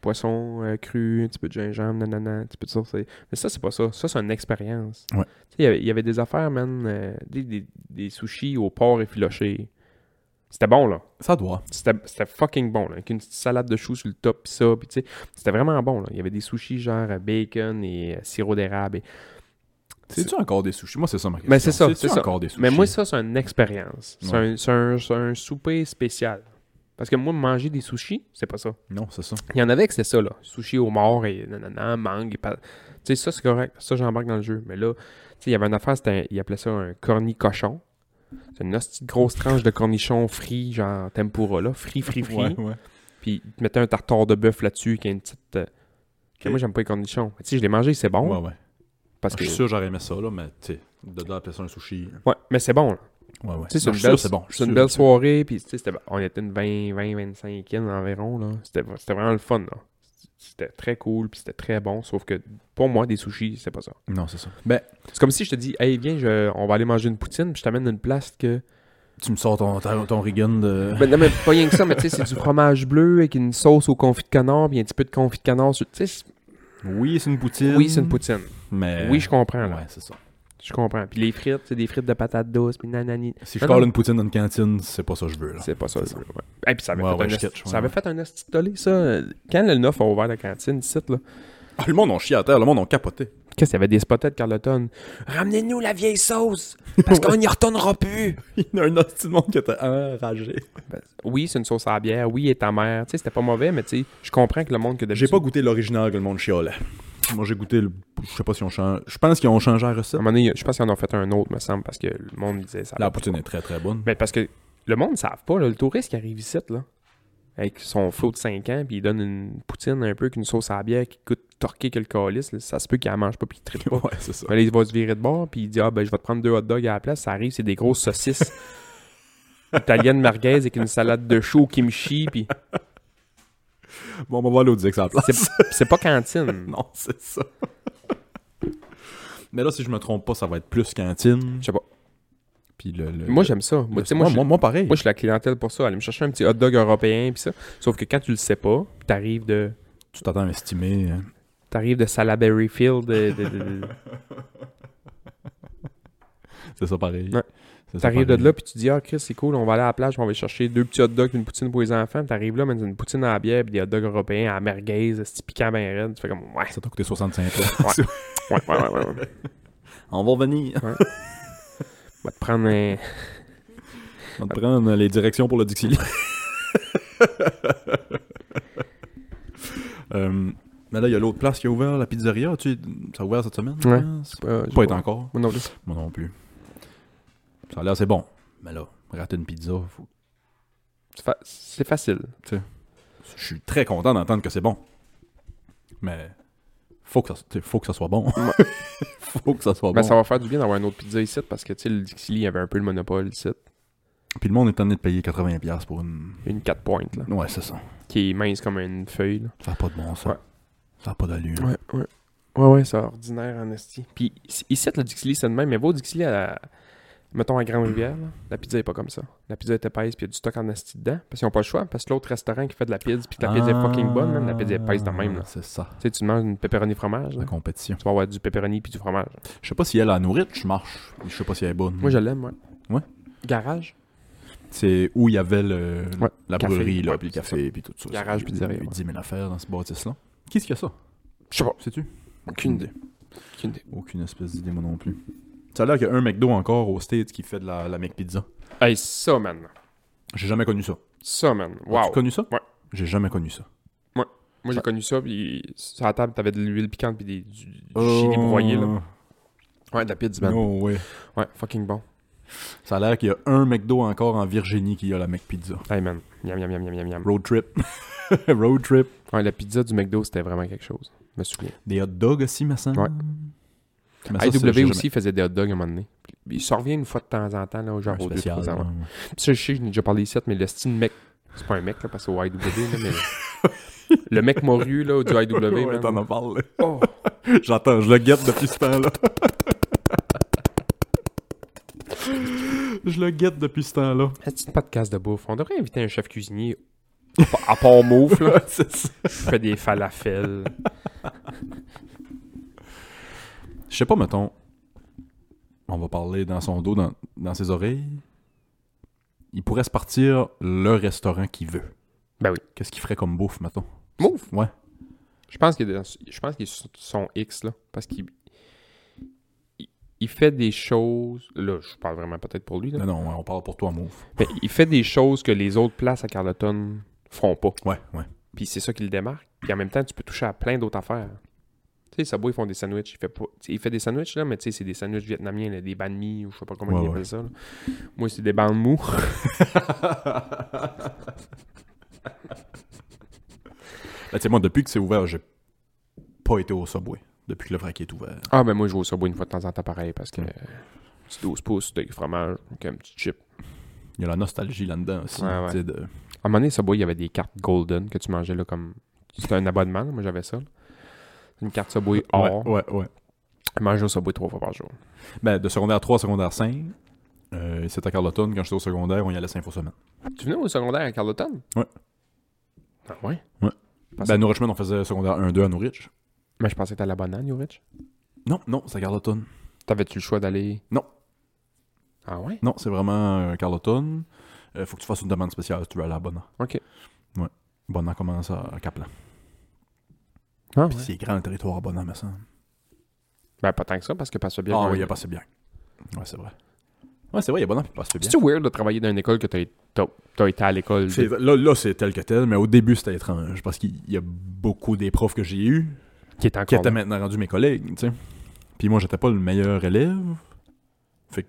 poisson euh, cru, un petit peu de gingembre, nanana, un petit peu de ça. c'est- Mais ça, c'est pas ça. Ça, c'est une expérience. Ouais. Tu sais, il y avait- il y avait des affaires, man, euh, des, des- des sushis au porc effiloché. C'était bon, là. Ça doit. C'était c'était fucking bon, là. Avec une petite salade de choux sur le top, pis ça, pis tu sais. C'était vraiment bon, là. Il y avait des sushis genre euh, bacon et euh, sirop d'érable. et- C'est-tu encore des sushis? Moi, c'est ça ma question. Mais c'est ça, c'est C'est-tu ça. encore des sushis? Mais moi, ça, c'est une expérience. C'est Ouais. un- c'est un, c'est un souper spécial. Parce que moi, manger des sushis, c'est pas ça. Non, c'est ça. Il y en avait que c'était ça, là. Sushi au mort et nanana, mangue et pas. Tu sais, ça, c'est correct. Ça, j'embarque dans le jeu. Mais là, tu sais, il y avait une affaire, c'était un- il appelait ça un corni cochon. C'est une hostie de grosse tranche de cornichon frit, genre tempura, là. Frit, frit, frit. Ouais, ouais. Puis ils te mettaient un tartare de bœuf là-dessus qui a une petite. euh, que Moi, j'aime pas les cornichons. Mais Tu sais, je l'ai mangé, c'est bon. Ouais, ouais. Parce Je que. suis sûr j'aurais aimé ça, là, mais tu sais, de là, appeler ça un sushi. Ouais, mais c'est bon, là. Ouais, ouais. Tu sais, c'est Non, je une suis sûr, belle, c'est bon. je suis c'est une sûr, belle je suis sûr. soirée, puis tu sais, c'était- on était une 20, 20, 25 e environ, là. C'était, c'était vraiment le fun, là. C'était très cool, puis c'était très bon, sauf que pour moi, des sushis, c'est pas ça. Non, c'est ça. Ben, C'est comme si je te dis, hey, viens, je- on va aller manger une poutine, puis je t'amène une place que. tu me sors ton, ta- ton Regan de. Ben, non, mais pas rien que ça, mais tu sais, c'est du fromage bleu avec une sauce au confit de canard, puis un petit peu de confit de canard. sur- Tu sais, c'est- Oui, c'est une poutine. oui, c'est une poutine. Mais. Oui, je comprends, là. Ouais, c'est ça. Je comprends. Puis les frites, c'est des frites de patates douces, puis nanani. Ben Si je Non, colle non. une poutine dans une cantine, c'est pas ça que je veux, là. C'est pas ça. C'est le jeu, ouais. Et puis ça avait Ouais, fait ouais, un je esti- catch, ouais, ça avait ouais. fait un esti de tollé, ça. Quand le 9 a ouvert la cantine, ici, là, Ah, le monde ont chié à terre, le monde ont capoté. qu'est-ce qu'il y avait des spotettes Carleton? Ramenez-nous la vieille sauce, parce qu'on n'y retournera plus. Il y a un hostie de monde qui était enragé. Ben, oui, c'est une sauce à la bière, oui, et ta mère. Tu sais, c'était pas mauvais, mais tu sais, je comprends que le monde que J'ai d'habitude... pas goûté l'original que le monde chialait. Moi, j'ai goûté le. Je sais pas si on change. Je pense qu'ils ont changé la À un recette. moment donné, je pense qu'ils en ont fait un autre, me semble, parce que le monde disait ça. La poutine est très très bonne. Mais parce que le monde ne savent pas, là, le touriste qui arrive ici, là, avec son flot de 5 ans, puis il donne une poutine un peu qu'une sauce à la bière qui coûte torqué que le calice, là, ça se peut qu'il la mange pas, puis il tripe pas. Ouais, c'est ça. Ben là, il va se virer de bord, puis il dit Ah, ben, je vais te prendre deux hot dogs à la place. Ça arrive, c'est des grosses saucisses italiennes merguez avec une salade de chou au kimchi, puis Bon, on va voir l'autre que ça la place. c'est, c'est pas cantine. Non, c'est ça. Mais là, si je me trompe pas, ça va être plus cantine. Je sais pas. Puis le, le- Moi, le- j'aime ça. Moi, le- tu sais, moi, je- moi, pareil. je suis la clientèle pour ça. Aller me chercher un petit hot dog européen, puis ça. Sauf que quand tu le sais pas, puis t'arrives de. Tu t'attends à estimer. hein. T'arrives de Salaberry Field. de- de- de- de- C'est ça pareil. Ouais. C'est ça T'arrives de pareil. là, puis tu dis, ah, Chris, c'est cool, on va aller à la plage, on va aller chercher deux petits hot dogs, une poutine pour les enfants. Puis T'arrives là, mais c'est une poutine à la bière, puis des hot dogs européens à la merguez, c'est piquant, ben raide. Tu fais comme, ouais, Ça t'a coûté 65 Ouais. ouais, ouais, ouais, ouais. ouais. On va revenir. va te prendre un. On va te prendre les directions pour le Dixie. Euh, mais là, il y a l'autre place qui a ouvert, la pizzeria. Tu... Ça a ouvert cette semaine? je Ouais. pense? Euh, Pas j'ai été encore. Moi non plus. Moi non plus. Ça a l'air, c'est bon. Mais là, rater une pizza, faut- C'est fa- C'est facile. je suis très content d'entendre que c'est bon. Mais faut que ça, t'sais, faut que ça soit bon. faut que ça soit Ben, bon. ça va faire du bien d'avoir une autre pizza ici parce que tu sais, le Dixili avait un peu le monopole ici. Puis le monde est tenté de payer 80$ pour une. Une 4 pointes, là. Ouais, c'est ça. Qui est mince comme une feuille, là. Ça n'a pas de bon sens. Ouais. Ça n'a pas d'allure. Ouais, ouais. Ouais, ouais, c'est ordinaire en esti. Puis ici- ici, le Dixili, c'est le même. Mais va au Dixili, à la- mettons à Grande-Rivière, là, la pizza est pas comme ça. La pizza est épaisse, puis il y a du stock en esti dedans. Parce qu'ils ont pas le choix. Parce que l'autre restaurant qui fait de la pizza, puis que la pizza est fucking bonne, même, la pizza est épaisse de même, là. C'est ça, Tu sais, tu manges une pepperoni fromage, là. la compétition. Tu vas avoir du pepperoni puis du fromage. Je sais pas si elle a nourriture, je marche. Je sais pas si elle est bonne. Moi, je l'aime, ouais. Ouais. Garage. C'est où il y avait le, Ouais, la café. brûlerie, là, Ouais, puis le c'est café, puis tout ça. Garage, Il y a pizzeria, eu ouais. 10 000 affaires dans ce bâtisse-là. Qu'est-ce qu'il y a ça Je sais pas. Sais-tu Aucune idée. Aucune idée. Aucune espèce d'idée, moi non plus. Ça a l'air qu'il y a un McDo encore au States qui fait de la, la McPizza. Hey, ça, man. J'ai jamais connu ça. Ça, man. As-tu Wow. connu ça Ouais. J'ai jamais connu ça. Moi, j'ai Ça- connu ça, puis sur la table, t'avais de l'huile piquante, puis des, du, du Oh, chili broyé, là. Ouais, de la pizza, man. no way. Ouais, fucking bon. Ça a l'air qu'il y a un McDo encore en Virginie qui a la McPizza. Hey, man. Miam, miam, miam, miam, miam, miam. Road trip. Road trip. Ouais, la pizza du McDo, c'était vraiment quelque chose. Je me souviens. Des hot dogs aussi, ma semble. Ouais. Mais ça, c'est- j'ai AW jamais- aussi faisait des hot dogs à un moment donné. Il s'en revient une fois de temps en temps, là, genre Un au deux, spécial, hein. trois ans. ouais. ouais. Puis ça, je sais, je n'ai déjà parlé ici, mais le style mec. C'est pas un mec, là, parce que au IW, là, mais. le mec morue, là, du IW. Ouais, man. t'en as parlé. Oh, J'entends, je le guette depuis ce temps-là. je le guette depuis ce temps-là. c'est une podcast de bouffe. On devrait inviter un chef cuisinier. À part- À part mouf, là. C'est ça. Je fais des falafels. Je sais pas, mettons. On va parler dans son dos, dans, dans ses oreilles. Il pourrait se partir le restaurant qu'il veut. Ben oui. Qu'est-ce qu'il ferait comme bouffe, mettons? Mouf. Ouais. Je pense qu'il est dans- je pense qu'il est sur son X, là. Parce qu'il. il- Il fait des choses. Là, je parle vraiment peut-être pour lui, là. Non, non, ouais, on parle pour toi, Move. Mais il fait des choses que les autres places à Carleton font pas. Ouais, ouais. Puis c'est ça qui le démarque. Puis en même temps, tu peux toucher à plein d'autres affaires. Tu sais, Subway, ils font des sandwichs. Il fait, pas... tu sais, il fait des sandwichs, là, mais tu sais, c'est des sandwichs vietnamiens, là, des banh mi, ou je sais pas comment Ouais, ils ouais. appellent ça. là. Moi, c'est des banh mou. Là, Ben, tu sais, moi, depuis que c'est ouvert, j'ai pas été au Subway. Depuis que le vrac est ouvert. Ah, ben moi, je vais au Subway une fois de temps en temps, pareil, parce que... euh, Petit 12 pouces, steak, fromage, avec un petit chip. Il y a la nostalgie là-dedans aussi. Ouais, ouais. tu sais, de- À un moment donné, Subway, il y avait des cartes golden que tu mangeais, là, comme... C'était un abonnement, là, moi, j'avais ça. là. Une carte Subway or. Ouais, ouais, ouais. Je mangeais au Subway trois fois par jour. Ben, de secondaire 3 à secondaire 5, euh, c'est à Carleton. Quand j'étais au secondaire, on y allait 5 fois semaine. Tu venais au secondaire à Carleton? Ouais. Ah ouais? Parce- Ben, à New Richmond, on faisait secondaire 1-2 à New Rich. Mais je pensais que t'allais à Banane, New Rich. Non, non, c'est à Carleton. T'avais-tu le choix d'aller... Non. Ah ouais? Non, c'est vraiment euh, Carleton. Euh, faut que tu fasses une demande spéciale si tu veux aller à Bonan. Ok. Ouais. Bonan commence à à Caplan. Ah Puis c'est grand le territoire à Bonan, me semble. Ben, pas tant que ça, parce que passe bien. Ah oui, il a passé bien. Ouais, c'est vrai. Ouais, c'est vrai, il y a Bonan, puis il passe bien. C'est weird de travailler dans une école que t'as t'as- t'as été à l'école. C'est- de- là, là, c'est tel que tel, mais au début, c'était étrange parce qu'il y a beaucoup des profs que j'ai eus Qui est qui encore. étaient maintenant rendus mes collègues, tu sais. Puis moi, j'étais pas le meilleur élève. Fait que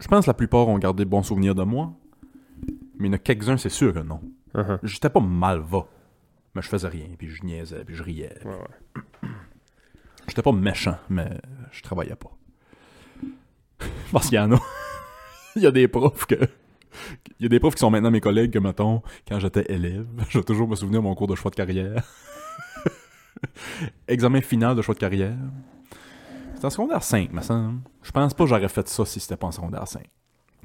je pense que la plupart ont gardé bons souvenirs de moi. Mais il y en a quelques-uns, c'est sûr que non. Uh-huh. J'étais pas mal va, mais je faisais rien, puis je niaisais, puis je riais. Ouais, ouais. J'étais pas méchant, mais je travaillais pas. Parce qu'il y en a. Il y a des profs que. Il y a des profs qui sont maintenant mes collègues que, mettons, quand j'étais élève, je vais toujours me souvenir de mon cours de choix de carrière. Examen final de choix de carrière. C'était en secondaire 5, me semble. Je pense pas que j'aurais fait ça si c'était pas en secondaire 5.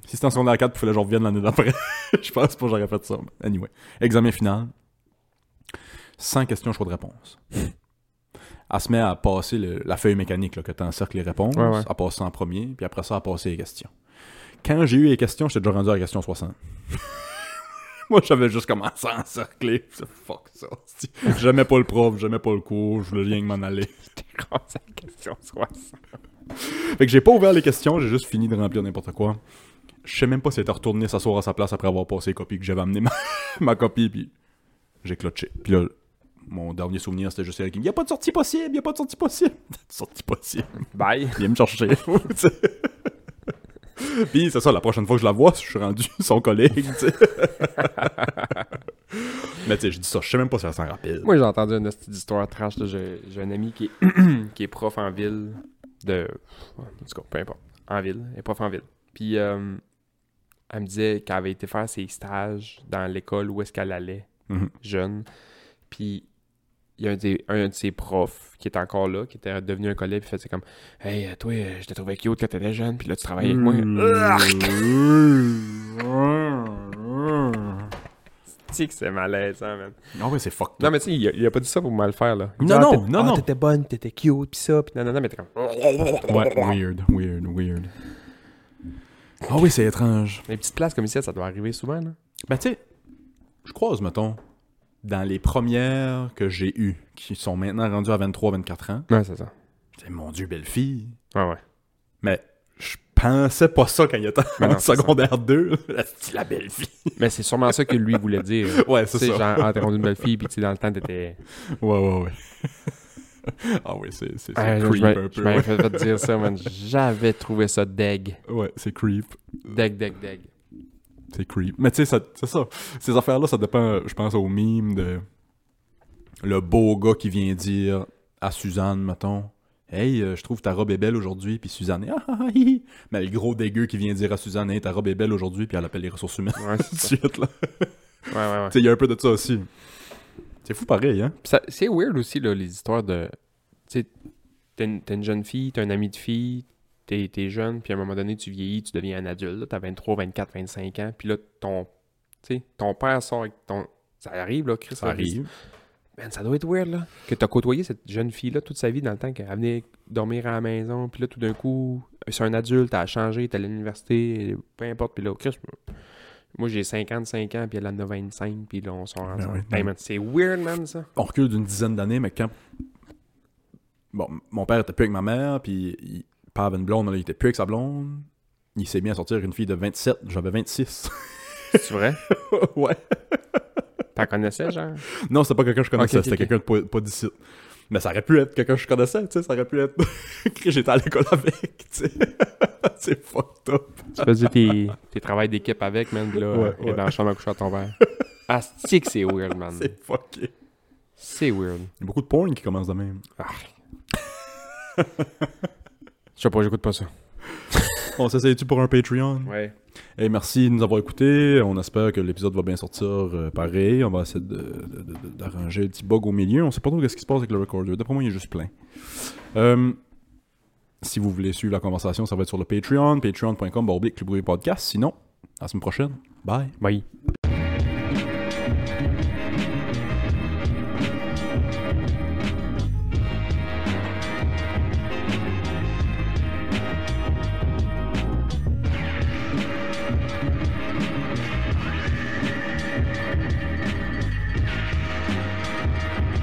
Si c'était en secondaire 4, il fallait que je revienne l'année d'après. je pense pas que j'aurais fait ça. mais Anyway. Examen final. 100 questions, choix de réponse. elle se met à passer le- la feuille mécanique là, que tu encercles les réponses. Ouais, ouais. Elle passe ça en premier, puis après ça, elle passer les questions. Quand j'ai eu les questions, j'étais déjà rendu à la question 60. Moi, j'avais juste commencé à encercler. C'est Fuck ça. c'est- J'aimais pas le prof, j'aimais pas le cours, je voulais rien que m'en aller. Grâce à la question 60. Fait que j'ai pas ouvert les questions, j'ai juste fini de remplir n'importe quoi. Je sais même pas si elle était retournée s'asseoir à sa place après avoir passé les copies que j'avais amené ma, ma copie, puis j'ai clutché. Puis là, mon dernier souvenir, c'était juste elle qui me dit « Y'a pas de sortie possible, y'a pas de sortie possible! » Sortie possible. Bye. Il vient me chercher. tu sais. Puis c'est ça, la prochaine fois que je la vois, je suis rendu son collègue, tu sais. Mais tu sais, je dis ça, je sais même pas si elle s'en rappelle. Moi, j'ai entendu une petite histoire trash. là. J'ai j'ai un ami qui est, qui est prof en ville. De. En tout cas, peu importe. En ville. Elle est prof en ville. Puis, euh, elle me disait qu'elle avait été faire ses stages dans l'école où est-ce qu'elle allait, Mhm. jeune. Puis, il y a un de, un de ses profs qui était encore là, qui était devenu un collègue, puis faisait comme Hey, euh, toi, euh, je t'ai trouvé cute quand t'étais jeune, puis là, tu travailles avec moi. Tu sais que c'est malaisant, man. Ah ouais, c'est fucked Non, mais tu sais, il, a- il a pas dit ça pour mal faire, là. Non, non, non, non. T'étais bonne, t'étais oh. cute, pis ça, pis non, non, non, mais t'es comme. Ouais, weird, weird, weird. Ah oui, c'est étrange. Les petites places comme ici, ça doit arriver souvent, là. Ben, tu sais, je croise, mettons, dans les premières que j'ai eues, qui sont maintenant rendues à 23-24 ans, Ouais, c'est ça. c'est mon Dieu, belle fille. Ouais, ouais. Mais je pensais pas ça quand il était Mais Ben non, en c'est ça. secondaire 2. C'est la belle fille. Mais c'est sûrement ça que lui voulait dire. Ouais, Tu c'est sais, ça. genre, ah, t'es rendu une belle fille, puis tu sais, dans le temps, t'étais. Ouais, ouais, ouais. ah oui, c'est c'est- c'est Ah, je creep m'en- un je peu. m'en Ouais, fait fait dire ça, man. J'avais trouvé ça deg. Ouais, c'est creep. Deg, deg, deg. C'est creep. Mais tu sais, ça- c'est ça. Ces affaires-là, ça dépend, je pense, au mime de le beau gars qui vient dire à Suzanne, mettons, Hey, euh, je trouve ta robe est belle aujourd'hui, puis Suzanne, ah, ah, ah, hi, hi. Mais le gros dégueu qui vient dire à Suzanne, Hey, ta robe est belle aujourd'hui, puis elle appelle les ressources humaines Ouais, tout c'est de ça. suite, là. Tu Ouais, ouais, ouais. sais, il y a un peu de ça aussi. C'est fou pareil, hein? Pis ça- C'est weird aussi, là, les histoires de. Tu sais, t'es une, t'es une jeune fille, t'es un ami de fille, t'es t'es jeune, puis à un moment donné, tu vieillis, tu deviens un adulte. là, T'as 23, 24, 25 ans, puis là, ton. Tu sais, ton père sort avec ton. Ça arrive, là, Chris. Ça arrive. Man, ça doit être weird, là. Que t'as côtoyé cette jeune fille-là toute sa vie dans le temps qu'elle venait dormir à la maison, puis là, tout d'un coup, c'est un adulte, elle a changé, t'es à l'université, peu importe, puis là, Chris, moi, j'ai 55 ans, puis elle en a 25, puis là, on sort ensemble. ouais. Hey, man, c'est weird, man, ça. on recule d'une dizaine d'années, mais quand. Bon, m- mon père était plus avec ma mère, puis il... pas avec une blonde, là, il était plus avec sa blonde. Il s'est mis à sortir avec une fille de 27, j'avais 26. C'est vrai? ouais. T'en connaissais, genre? Non, c'était pas quelqu'un que je connaissais, Ok, ok, c'était ok. quelqu'un de pas- pas d'ici. Mais ça aurait pu être quelqu'un que je connaissais, tu sais, ça aurait pu être. que J'étais à l'école avec, tu sais. C'est fucked up. Tu faisais tes, tes travails d'équipe avec, man, puis là, Ouais, elle est ouais. dans la chambre à coucher à ton père. Asti que c'est weird, man. C'est fucké. C'est Il weird. Hmm. y a beaucoup de porn qui commence de même. Ah. Je sais pas, j'écoute pas ça. On s'essaye-tu pour un Patreon? Ouais. Hey, merci de nous avoir écoutés. On espère que l'épisode va bien sortir euh, pareil. On va essayer de- de- de- d'arranger le petit bug au milieu. On sait pas trop ce qui se passe avec le recorder. D'après moi, il est juste plein. Euh, si vous voulez suivre la conversation, ça va être sur le Patreon, patreon.com, barre oblique, Club Brûlé podcast. Sinon, à la semaine prochaine. Bye. Bye.